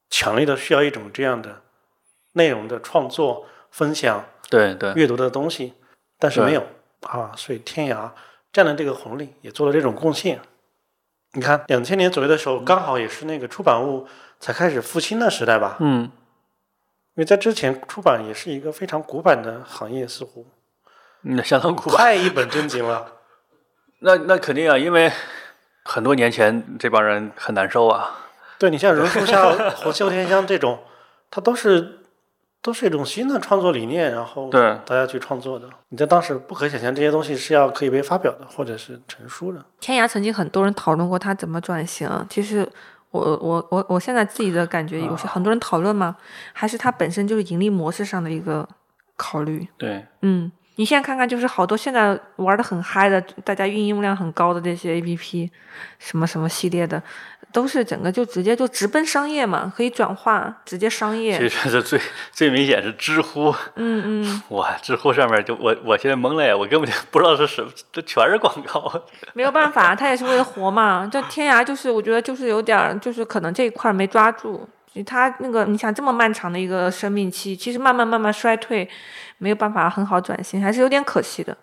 D: 强烈的需要一种这样的内容的创作、分享、
B: 对对
D: 阅读的东西，但是
B: 嗯对
D: 没有啊，所以天涯占了这个红利，也做了这种贡献。你看，两千年左右的时
B: 嗯
D: 候，刚好也是那个出版物才开始复兴的时代吧，
B: 嗯，
D: 因为在之前，出版也是一个非常古板的行业，似乎
B: 那相当古板。
D: 太一本正经了。
B: 那那肯定啊，因为很多年前这帮人很难受啊。
D: 对你像榕树下、红袖添香这种，它都是都是一种新的创作理念，然后
B: 对
D: 大家去创作的。你在当时不可想象，这些东西是要可以被发表的，或者是成书的。
A: 天涯曾经很多人讨论过它怎么转型。其实我我我我现在自己的感觉，有些很多人讨论嘛，还是它本身就是盈利模式上的一个考虑。
B: 对，
A: 嗯，你现在看看，就是好多现在玩的很嗨的，大家运用量很高的这些 A P P，什么什么系列的，都是整个就直接就直奔商业嘛，可以转化直接商业。
B: 其实这最最明显是知乎，
A: 嗯嗯，
B: 哇，知乎上面就我我现在懵了呀，我根本就 不知道是什么，这全是广告。啊
A: 没有办法，它也是为了活嘛。这天涯就是我觉得就是有点儿，就是可能这一块儿没抓住。它那个，你想这么漫长的一个生命期，其实慢慢慢慢衰退，没有办法很好转型，还是有点可惜的。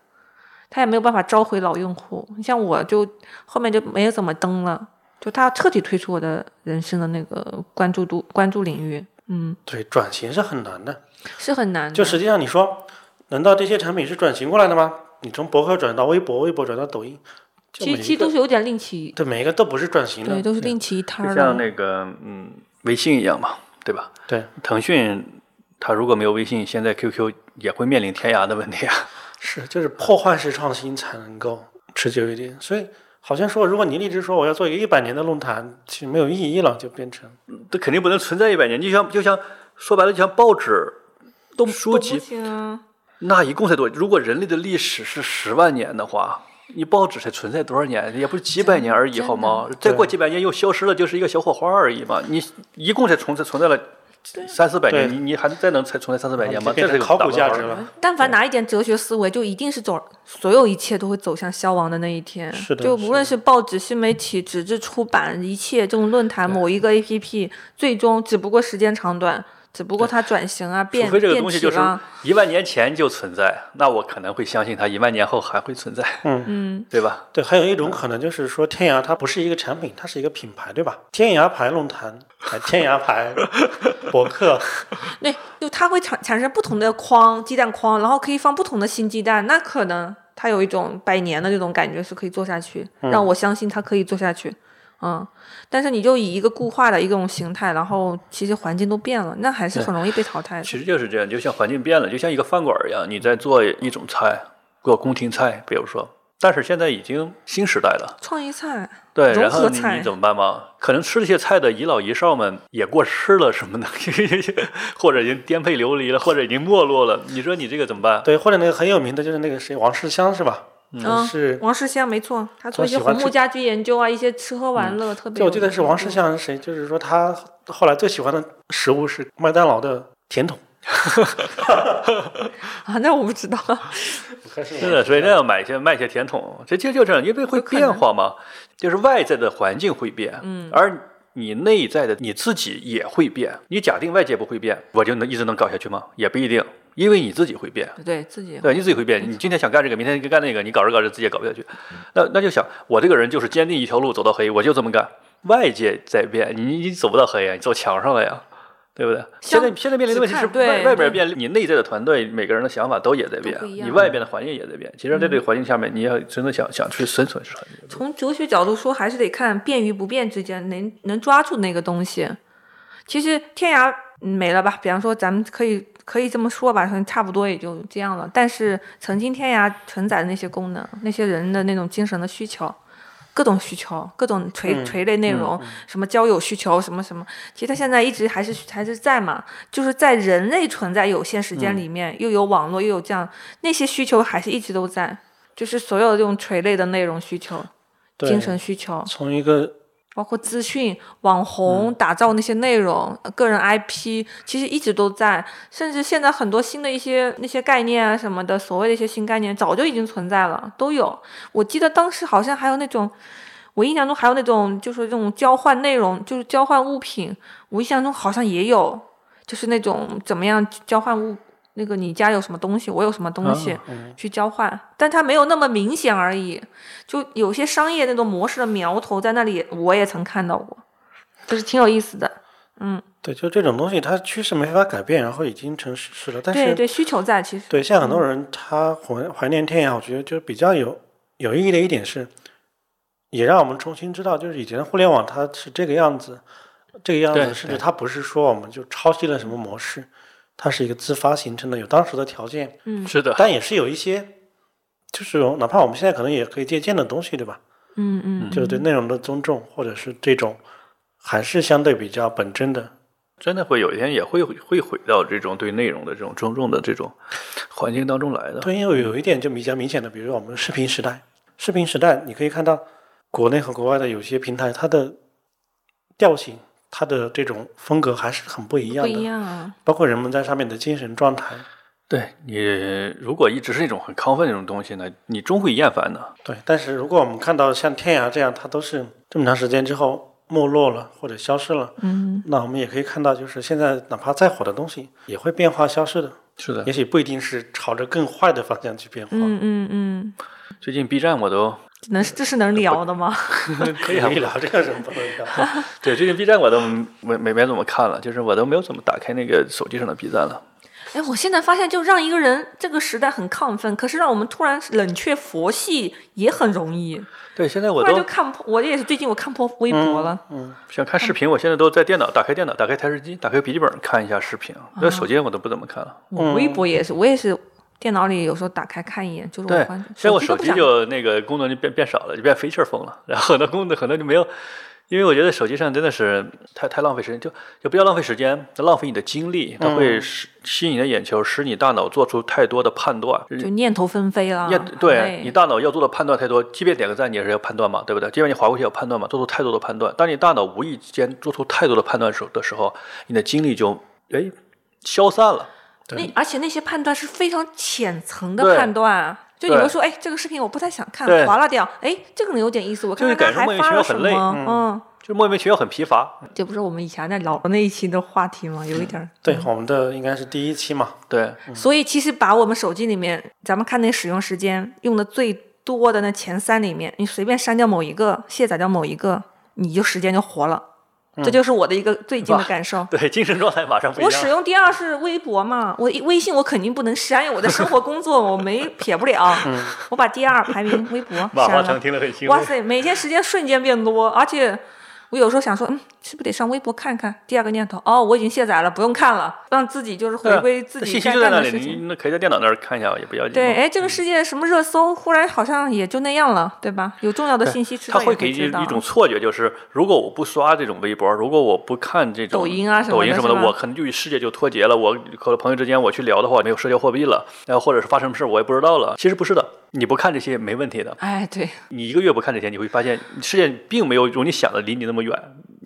A: 它也没有办法召回老用户。你像我就后面就没有怎么登了，就它彻底退出我的人生的那个关注度、关注领域，嗯，
D: 对，转型是很难的。
A: 是很难的。
D: 就实际上你说，难道这些产品是转型过来的吗？你从博客转到微博，微博转到抖音，就
A: 其
D: 每
A: 实其
D: 一
A: 实都
D: 个
A: 是有点另起，
D: 对每一个都不是转型的，
A: 对，都是另起一摊
B: 就
A: 儿
B: 像
A: 的。
B: 那个嗯，微信一样嘛，对吧？
D: 对
B: 腾讯它如果没有微信，现在 QQ 也会面临天涯的问 题啊。
D: 是就是破坏式创新才能够持久一点。所以好像说，如果你一直说我要做一个一百年的论坛，其实没有意义了，就变成
B: 这肯定不能存在一百年，就像就像说白了，就像报纸、都书
A: 都
B: 籍
A: 不，行啊。
B: 那一共才多？如果人类的历史是十万年的话，你报纸才存在多少年？也不是几百年而已，
A: 真的
B: 好吗？再过几百年又消失了，就是一个小火花而已嘛。你一共才存在存在了三四百年，
D: 对啊
B: 你你还再能才存在三四百年吗？
D: 变
B: 哎这是
D: 成
B: 个
D: 考
B: 大
D: 古价值
B: 玩意儿。
D: 了。
A: 但凡拿一点哲学思维，就一定是走所有一切都会走向消亡的那一天。
D: 是的
A: 就是无论是报纸、新媒体、纸质出版，一切这种论坛，某一个 APP，最终只不过时间长短，只不过它转型啊，变
B: 除非这个
A: 变
B: 东西
A: 体
B: 就是
A: 了。
B: 一万年前就存在，那我可能会相信它一万年后还会存 在，
A: 嗯，
B: 对吧？
D: 对，还有一种可能就是说，天涯它不是一个产品，它是一个品牌，对吧？天涯牌论坛，哎天涯牌博客，
A: 对，就它会产产生不同的框，鸡蛋框，然后可以放不同的新鸡蛋，那可能它有一种百年的这种感觉是可以做下去，
D: 嗯
A: 让我相信它可以做下去。嗯，但是你就以一个固化的一种形态，然后其实环境都变了，那还是很容易被淘汰的。
B: 其实就是这样，就像环境变了，就像一个饭馆一样，你在做一种菜，做宫廷菜，比如说，但是现在已经新时代了，
A: 创意菜，
B: 对，
A: 融
B: 然后
A: 合
B: 你
A: 菜
B: 你怎么办嘛？可能吃这些菜的遗老遗少们也过世了什么的，或者已经颠沛流离了，或者已经没落了，你说你这个怎么办？
D: 对，或者那个很有名的就是那个谁，王世襄是吧？
A: 嗯
D: 是
A: 王世襄没错，他做一些
D: 喜欢
A: 红
D: 吃
A: 木家居研究啊，一些吃喝玩乐，特别
D: 对，
A: 有
D: 我
A: 意思。
D: 记得是王世襄是谁？就是说他后来最喜欢的食物是麦当劳的甜筒。
A: 啊，那我不 知道。
B: 是
D: 是
B: 的，所以那样买一些卖一些甜筒，这就就这样，因为会
A: 可
B: 变
A: 能
B: 化嘛，就是外在的环境会变，嗯，而你内在的你自己也会变。你假定外界不会变，我就能一直能搞下去吗？也不一定，因为你自己会变，
A: 对自己，
B: 对，你自己会变。你今天想干这个，明天干那个，你搞着搞着自己也搞不下去，那那就想我这个人就是坚定啊一条路走到黑，我就这么干。外界在变，你你走不到黑呀，你走墙上了呀，对不对？现在
A: 像
B: 现在面临的问题是
A: 只看对
B: 外外
A: 对
B: 边变，你内在的团队每个人的想法都也在变
A: 都不，一样
B: 你外边的环境也在变。其实在这个环境下面，你要真的想想去生存是很难的。
A: 从哲学角度说，还是得看变与不变之间能能抓住那个东西。其实天涯嗯没了吧，比方说咱们可以可以这么说吧，可能差不多也就这样了。但是曾经天涯承载的那些功能，那些人的那种精神的需求。各种需求，各种垂垂类内容，什么交友需求，什么什么，其实它现在一直还是还是在嘛，就是在人类存在有限时间里面，又有网络，又有这样那些需求，还是一直都在，就是所有的这种垂类的内容需求，
D: 对
A: 精神需求，
D: 从一个
A: 包括资讯、网红、打造那些内容、呃个人 IP，其实一直都在。甚至现在很多新的一些那些概念啊什么的，所谓的一些新概念，早就已经存在了，都有。我记得当时好像还有那种，我印象中还有那种就是这种交换内容，就是交换物品，我印象中好像也有，就是那种怎么样交换物。那个你家有什么东西，我有什么东
D: 啊
A: 西、
D: 嗯
A: 去交换，但它没有那么明显而已。就有些商业那种模式的苗头在那里，我也曾看到过，就是挺有意思的。
D: 对，就这种东西，它趋势没法改变，然后已经成事实了。但
A: 对嗯
D: 是
A: 对，需求在其实
D: 对，现在很多人他怀怀念天涯，我觉得就比较有有意义的一点是，也让我们重新知道，就是以前的互联网它是这个样子，这个样
B: 对
D: 子，甚
B: 对
D: 至它不是说我们就抄袭了什么模式，它是一个自发形成的，有当时的条件，
A: 嗯
B: 嗯是的，
D: 但也是有一些，就是哪怕我们现在可能也可以借鉴的东西，对吧？
A: 嗯嗯，
D: 就是对内容的尊重，或者是这种还是相对比较本真的。
B: 真的会有一天也会会回到这种对内容的这种尊重的这种环境当中来的。
D: 对，因为有一点就比较明显的，比如我们视频时代，视频时代你可以看到国内和国外的有些平台，它的调性、它的这种风格还是很不一样
A: 不
D: 的，
A: 一样啊。
D: 包括人们在上面的精神状态。
B: 对你如果一直是那种很亢奋那种东西呢，你终会厌烦的。
D: 对，但是如果我们看到像天涯这样，它都是这么长时间之后没落了或者消失了，
A: 嗯，
D: 那我们也可以看到，就是现在哪怕再火的东西，也会变化消失的，
B: 是的
D: 也，许不一定是朝着更坏的方向去变化。
A: 嗯嗯嗯，
B: 最近 B 站我都
A: 这能这是能聊的吗？
D: 可以啊聊这个什么啊不能聊？
B: 对最近 B 站我都没没没怎么看了，就是我都没有怎么打开那个手机上的 B 站了。
A: 哎，我现在发现，就让一个人这个时代很亢奋，可是让我们突然冷却佛系也很容易。
B: 对，现在
A: 突
B: 我
A: 然就
B: 都嗯
A: 看破，我也是最近我看破微博了，
B: 想看
A: 嗯
B: 视频，我现在都在电脑打开电脑，打开台式机，打开笔记本看一下视
A: 哦
B: 频。那手机我都不怎么看了。
A: 我微博也是，我也是电脑里有时候打开看一眼，就是
B: 对
A: 我关注，
B: 现在我
A: 手
B: 手
A: 都不
B: 机
A: 想
B: 就那个功能就变变少了，就变 feature 风了。然后很多功能可能就没有，因为我觉得手机上真的是太太浪费时间，就就不要浪费时间，浪费你的精力，
A: 嗯
B: 它会使吸引你的眼球，使你大脑做出太多的判断。
A: 就念头纷飞了。
B: 也对
A: 哎
B: 你大脑要做的判断太多，即便点个赞，你也是要判断嘛，对不对？即便你划过去也要判断嘛，做出太多的判断。当你大脑无意间做出太多的判断时候的时候，你的精力就哎消散了。
A: 那而且那些判断是非常浅层
B: 对
A: 的判断啊，就你
B: 对
A: 会说，哎，这个视频我不太想看
B: 对，
A: 划拉掉。哎，这个人有点意思，我看
B: 就是
A: 看他
B: 感觉莫
A: 还发
B: 名其
A: 了
B: 妙
A: 什
B: 很累
A: 么。嗯，
B: 就是莫名其妙很疲乏，
A: 这不是我们以前在老那一期的话题吗？
B: 嗯
A: 有一点儿。嗯
D: 对，我们的应该是第一期嘛，
B: 对，
A: 所以其实把我们手机里面，咱们看那使用时间用的最多的那前三里面，你随便删掉某一个，卸载掉某一个，你就时间就活了。这就是我的一个最近的
B: 哇
A: 感受。
B: 对，精神状态马上嗯不一
A: 我使
B: 样。
A: 用第二是微博嘛，我一微信我肯定不能删，因为我的生活工作我 没撇不了，
B: 嗯
A: 我把第二排名微博
B: 马化
A: 删
B: 腾
A: 了。
B: 听了很欣慰
A: 哇，塞，每天时间瞬间变多，而且我有时候想说，嗯，是不是得上微博看看？第二个念头，哦，我已经卸载了，不用看了，让自己就是
B: 对啊
A: 回归自己
B: 信息
A: 该
B: 就在
A: 干
B: 那
A: 的
B: 里，
A: 事情。
B: 你那嗯可以在电脑那儿看一下，也不要紧。
A: 对，，哎，这个世界什么热搜，忽然好像也就那样了，对吧？有重要的信息，迟
B: 它
A: 早也
B: 会给
A: 会
B: 你
A: 知道。
B: 一种错觉，就是如果我不刷这种微博，如果我不看这种
A: 抖音啊什么的
B: 抖音什
A: 是
B: 么的，
A: 吧
B: 我可能就与世界就脱节了。我和朋友之间我去聊的话，没有社交货币了，然后或者是发生什么事我也不知道了。其实不是的，你不看这些没问题的。
A: 哎，对，
B: 你一个月不看这些，你会发现世界并没有如你想的离你那么远。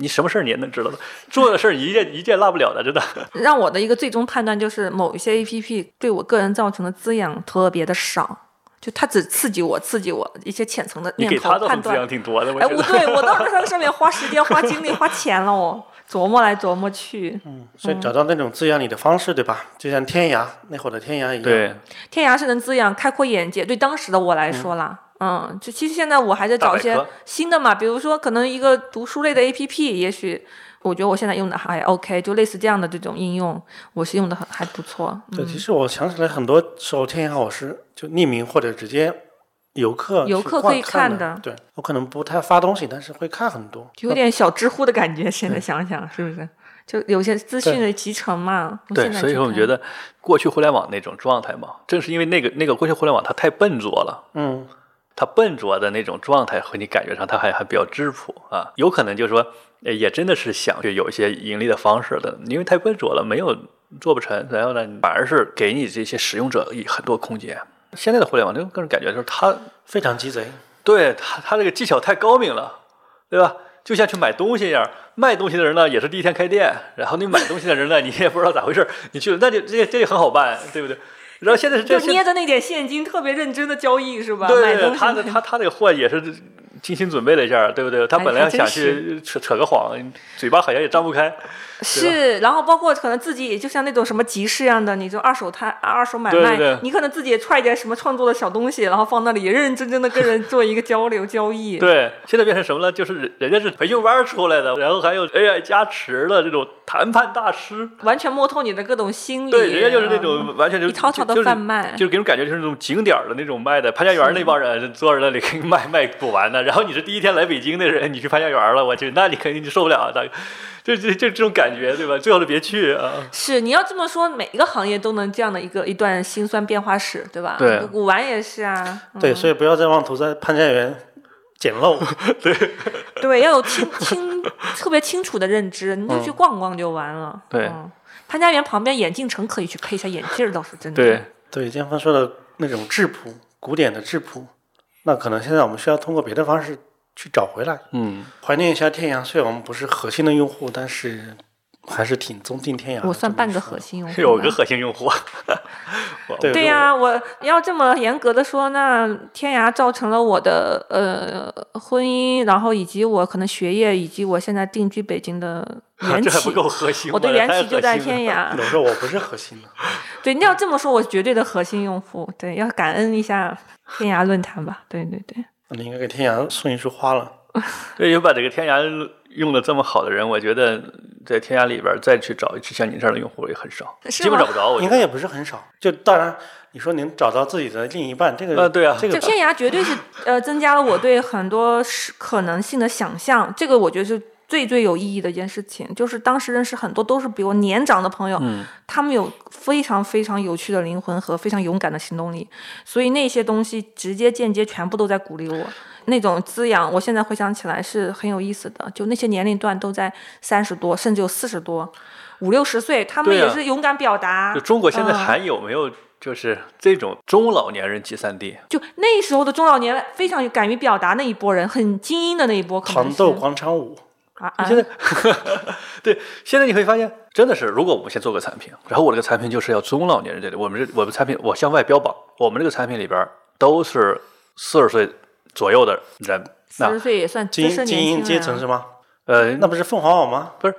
B: 你什么事儿你也能知道的，重要的事儿你一件一件落不了的，真的。
A: 让我的一个最终判断就是，某一些 A P P 对我个人造成的滋养特别的少，就它只刺激我，刺激我一些浅层的
B: 你
A: 念
B: 给
A: 头
B: 他造
A: 判
B: 成滋养
A: 断。
B: 挺多的，啊我
A: 哎，
B: 觉
A: 我
B: 得。
A: 对我到这上面花时间、花精力、花钱了，我琢磨来琢磨去。
B: 嗯
D: 所以
A: 嗯
D: 找到那种滋养你的方式，对吧？就像天涯那会儿的天涯一样。
B: 对，
A: 天涯是能滋养、开阔眼界，对当时的我来说啦。嗯就其实现在我还在找一
B: 大
A: 些
B: 百科
A: 新的嘛，比如说可能一个读书类的 A P P，也许我觉得我现在用的还 OK，就类似这样的这种应用，我是用的很还不错。嗯
D: 对，其实我想起来，很多时候天眼好是就匿名或者直接游客
A: 游
D: 去
A: 客
D: 观
A: 可以
D: 看
A: 看
D: 的
A: 的。
D: 对我可能不太发东西，但是会看很多。
A: 有点小知乎的感觉，现在想想是不是？就有些资讯的集成嘛。我
B: 对，
A: 现在
B: 所以
A: 去
B: 说我
A: 看
B: 觉得过去互联网那种状态嘛，正是因为那个那个过去互联网它太笨拙了，
D: 嗯，
B: 他笨拙的那种状态和你感觉上他还还比较质朴啊，有可能就是说，呃也真的是想去有一些盈利的方式的，因为太笨拙了，没有做不成，然后呢，反而是给你这些使用者以很多空间。现在的互联网，就个人感觉就是他
D: 非常鸡贼。
B: 对他他这个技巧太高明了，对吧？就像去买东西一样，卖东西的人呢也是第一天开店，然后你买东西的人呢，你也不知道咋回事，你去了那就这这就很好办，对不对？然后现在是这
A: 就
B: 现在
A: 捏着那点现金，特别认真的交易是吧？
B: 对
A: 买东西
B: 他的他他这个货也是精心准备了一下，对不对？他
A: 哎
B: 本
A: 还
B: 来
A: 真
B: 想去扯扯个谎，嘴巴好像也张不开。
A: 是，然后包括可能自己，就像那种什么集市一样的，你就二手摊、二手买卖，
B: 对对对
A: 你可能自己也揣点什么创作的小东西，然后放那里，认认真真的跟人做一个交流交易。
B: 对，现在变成什么了？就是人人家是培训班儿出来的，然后还有 AI 加持的这种谈判大师。
A: 完全摸透你的各种心理。
B: 对，人家就是那
A: 嗯
B: 种完全就
A: 一套套的
B: 就就是
A: 贩卖
B: 就是给人感觉就是那种景点儿的那种卖的。潘家园儿那帮人坐在那里卖 卖不完的，然后你是第一天来北京的人，你去潘家园儿了，我去，那你肯定就受不了的，就就就这种感觉，对吧？最好是别去啊。
A: 是，你要这么说，每一个行业都能这样的一个一段辛酸变化史，对吧？
B: 对
A: 古玩也是啊，嗯
D: 对，所以不要再妄图在潘家园捡漏。
A: 对，要有清清特别清楚的认知，你就去逛逛就完了。
B: 嗯对
A: 嗯潘家园旁边眼镜城可以去配一下眼镜儿，倒是真的。
B: 对，
D: 对，建峰说的那种质朴，古典的质朴，那可能现在我们需要通过别的方式去找回来。
B: 嗯。
D: 怀念一下天涯，虽然我们不是核心的用户，但是还是挺尊敬天涯的。
A: 我算
D: 这么
A: 半个
D: 说
A: 核心用户吧。
B: 有个核心用户，
D: 对
A: 对
D: 如
A: 呀、我要这么严格的说，那天涯造成了我的呃婚姻，然后以及我可能学业，以及我现在定居北京的缘
B: 这还不
A: 起。
B: 够核心吗。
A: 我的
B: 这
A: 缘
B: 太
A: 起就在
B: 核心了
A: 天。涯。
D: 我说我不是核心的，
A: 对，你要这么说，我是绝对的核心用户。对，要感恩一下天涯论坛吧。对对对，
D: 你应该给天涯送一束花了。
B: 对，有把这个天涯用的这么好的人，我觉得在天涯里边再去找一次像你这样的用户也很少，
A: 是
B: 基本
A: 吗
B: 找不着。我觉
D: 应
B: 得
D: 该也不是很少，就当然，你说您找到自己的另一半，这个
B: 啊对啊
D: 这
A: 这
D: 个
A: 天涯绝对 是呃增加了我对很多是可能性的想象，这个我觉得是最最有意义的一件事情。就是当时认识很多都是比我年长的朋友，
B: 嗯
A: 他们有非常非常有趣的灵魂和非常勇敢的行动力，所以那些东西直接间接全部都在鼓励我。那种滋养，我现在回想起来是很有意思的。就那些年龄段都在三十多，甚至有四十多、五六十岁，他们
B: 对啊
A: 也是勇敢表达。
B: 就中国现在
A: 嗯
B: 还有没有就是这种中老年人集散地？
A: 就那时候的中老年非常敢于表达那一波人，很精英的那一波，可能
D: 糖
A: 是
D: 豆广场舞，
A: 啊啊
B: 现！在， 对，现在你会发现，真的是，如果我们先做个产品，然后我这个产品就是要中老年人这里，我们这我们产品我向外标榜，我们这个产品里边都是四十岁左右的人，
A: 四
B: 那
A: 十岁也算
D: 精
A: 资
D: 英
A: 深
D: 精
A: 年轻
D: 英
A: 人啊
D: 阶层是吗？
B: 呃，
D: 那不是凤凰网吗？
B: 不是，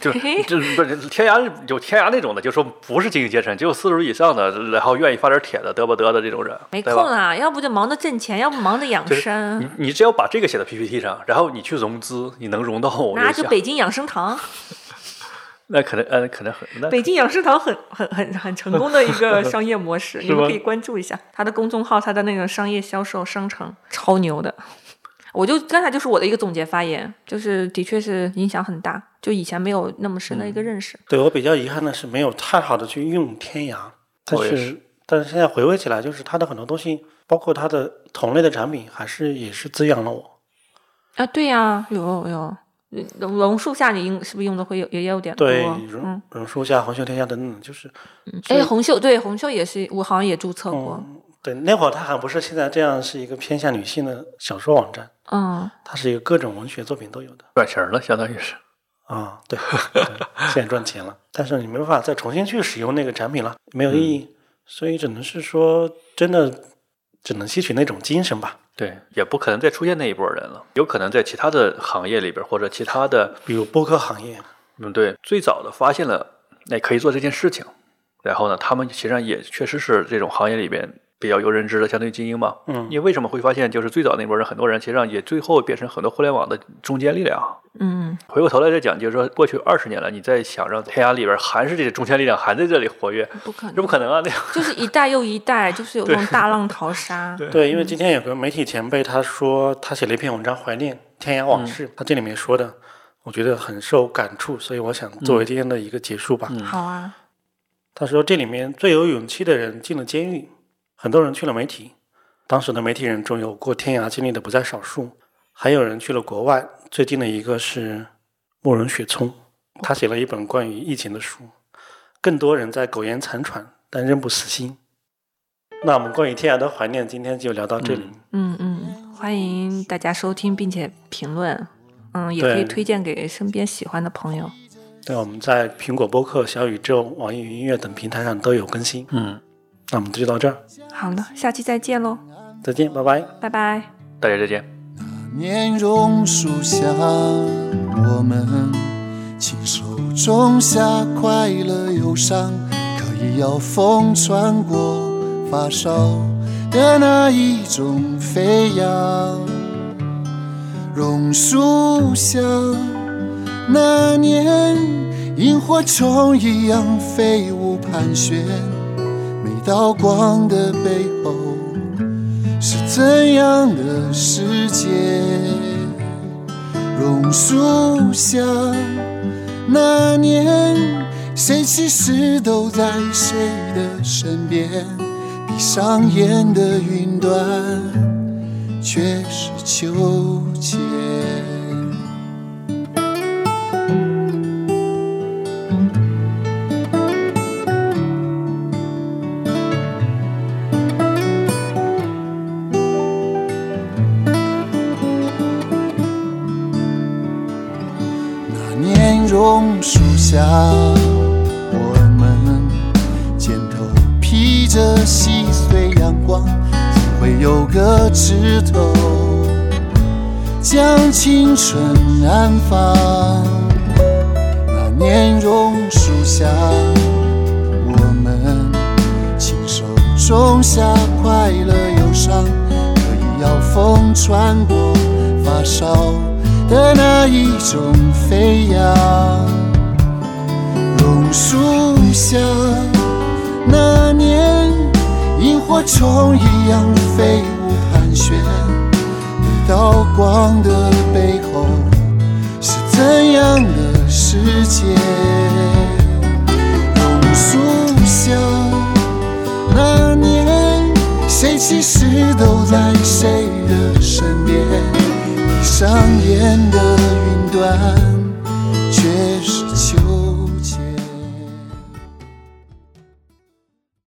B: 就
A: 嘿嘿
B: 就不是天涯有天涯那种的，就说不是精英阶层，只有四十以上的，然后愿意发点帖子嘚吧嘚的这种人，
A: 没
B: 对
A: 空
B: 吧？
A: 啦，要不就忙着挣钱，要不忙着养
B: 就是
A: 生
B: 你，你只要把这个写到 PPT 上，然后你去融资，你能融到我
A: 那
B: 就
A: 就
B: 想，
A: 北京养生 堂。
B: 那可能呃可能很那
A: 北京养生堂很很很很成功的一 个商业模式，你
B: 吗
A: 们可以关注一下它的公众号，它的那个商业销售商城超牛的。我就刚才就是我的一个总结发言，就是的确是影响很大，就以前没有那么深的一
B: 嗯
A: 个认识。
D: 对我比较遗憾的是，没有太好的去用天涯，但
B: 我也
D: 是但是现在回味起来，就是它的很多东西，包括它的同类的产品，还是也是滋养了我。
A: 啊，对呀、有有，榕榕树下你用是不是用的会有也有点多？
D: 对，
A: 嗯
D: 榕，榕树下、红袖天下等等，就是所以
A: 哎，红袖对红袖也是，我好像也注册过，
D: 嗯，对，那会儿它还不是现在这样，是一个偏向女性的小说网站，
A: 嗯，
D: 它是一个各种文学作品都有的
B: 转型了，相当于是。
D: 啊。对，对现在赚钱了，但是你没办法再重新去使用那个产品了，没有意义，所以只能是说，真的只能吸取那种精神吧，
B: 对，也不可能再出现那一波人了。有可能在其他的行业里边，或者其他的，
D: 比如播客行业。
B: 嗯，对，最早的发哎现了那可以做这件事情，然后呢，他们其实上也确实是这种行业里边比较有认知的相对精英嘛。
D: 嗯
B: 你为什么会发现，就是最早那波人，很多人其实上也最后变成很多互联网的中坚力量。
A: 嗯，
B: 回过头来再讲，就是说过去二十年了，你再想让黑暗里边还是这些中坚力量还在这里活跃，
A: 不可
B: 这不
A: 能，
B: 可能啊！那
A: 嗯就是一代又一代，就是有这种大浪淘沙。
B: 对
D: 对，因为今天有个媒体前辈，他说他写了一篇文章怀念天涯往事，他这里面说的，我觉得很受感触，所以我想作为今天的一个结束吧。
B: 嗯
A: 好啊，
D: 他说这里面最有勇气的人进了监狱，很多人去了媒体，当时的媒体人中有过天涯经历的不在少数，还有人去了国外。最近的一个是慕容雪聪，他写了一本关于疫情的书，更多人在苟延残喘，但仍不死心。那我们关于天涯的怀念，今天就聊到这里。
A: 嗯嗯，欢迎大家收听并且评论，嗯，也可以
D: 对
A: 推荐给身边喜欢的朋友。
D: 对，我们在苹果播客、小宇宙、网易云音乐等平台上都有更新。
B: 嗯，
D: 那我们就到这儿，
A: 好了，下期再见喽，
D: 再见，拜拜。
A: 拜拜。
B: 大家再见。
E: 年榕树下，啊我们亲手种下快乐忧伤，可以要风穿过发梢的那一种飞扬。榕树下，那年萤火虫一样飞舞盘旋，每道光的背后。是怎样的世界？榕树下那年，谁其实都在谁的身边？闭上眼的云端，却是秋千。那年榕树下，我们肩头披着细碎阳光，总会有个枝头将青春安放。那年榕树下，我们亲手种下快乐忧伤，可以要风穿过发梢的那一种飞扬。榕树下那年，萤火虫一样飞舞盘旋，每道光的背后是怎样的世界？榕树下。那年，谁其实都在谁的身边？闭上眼的云端，却是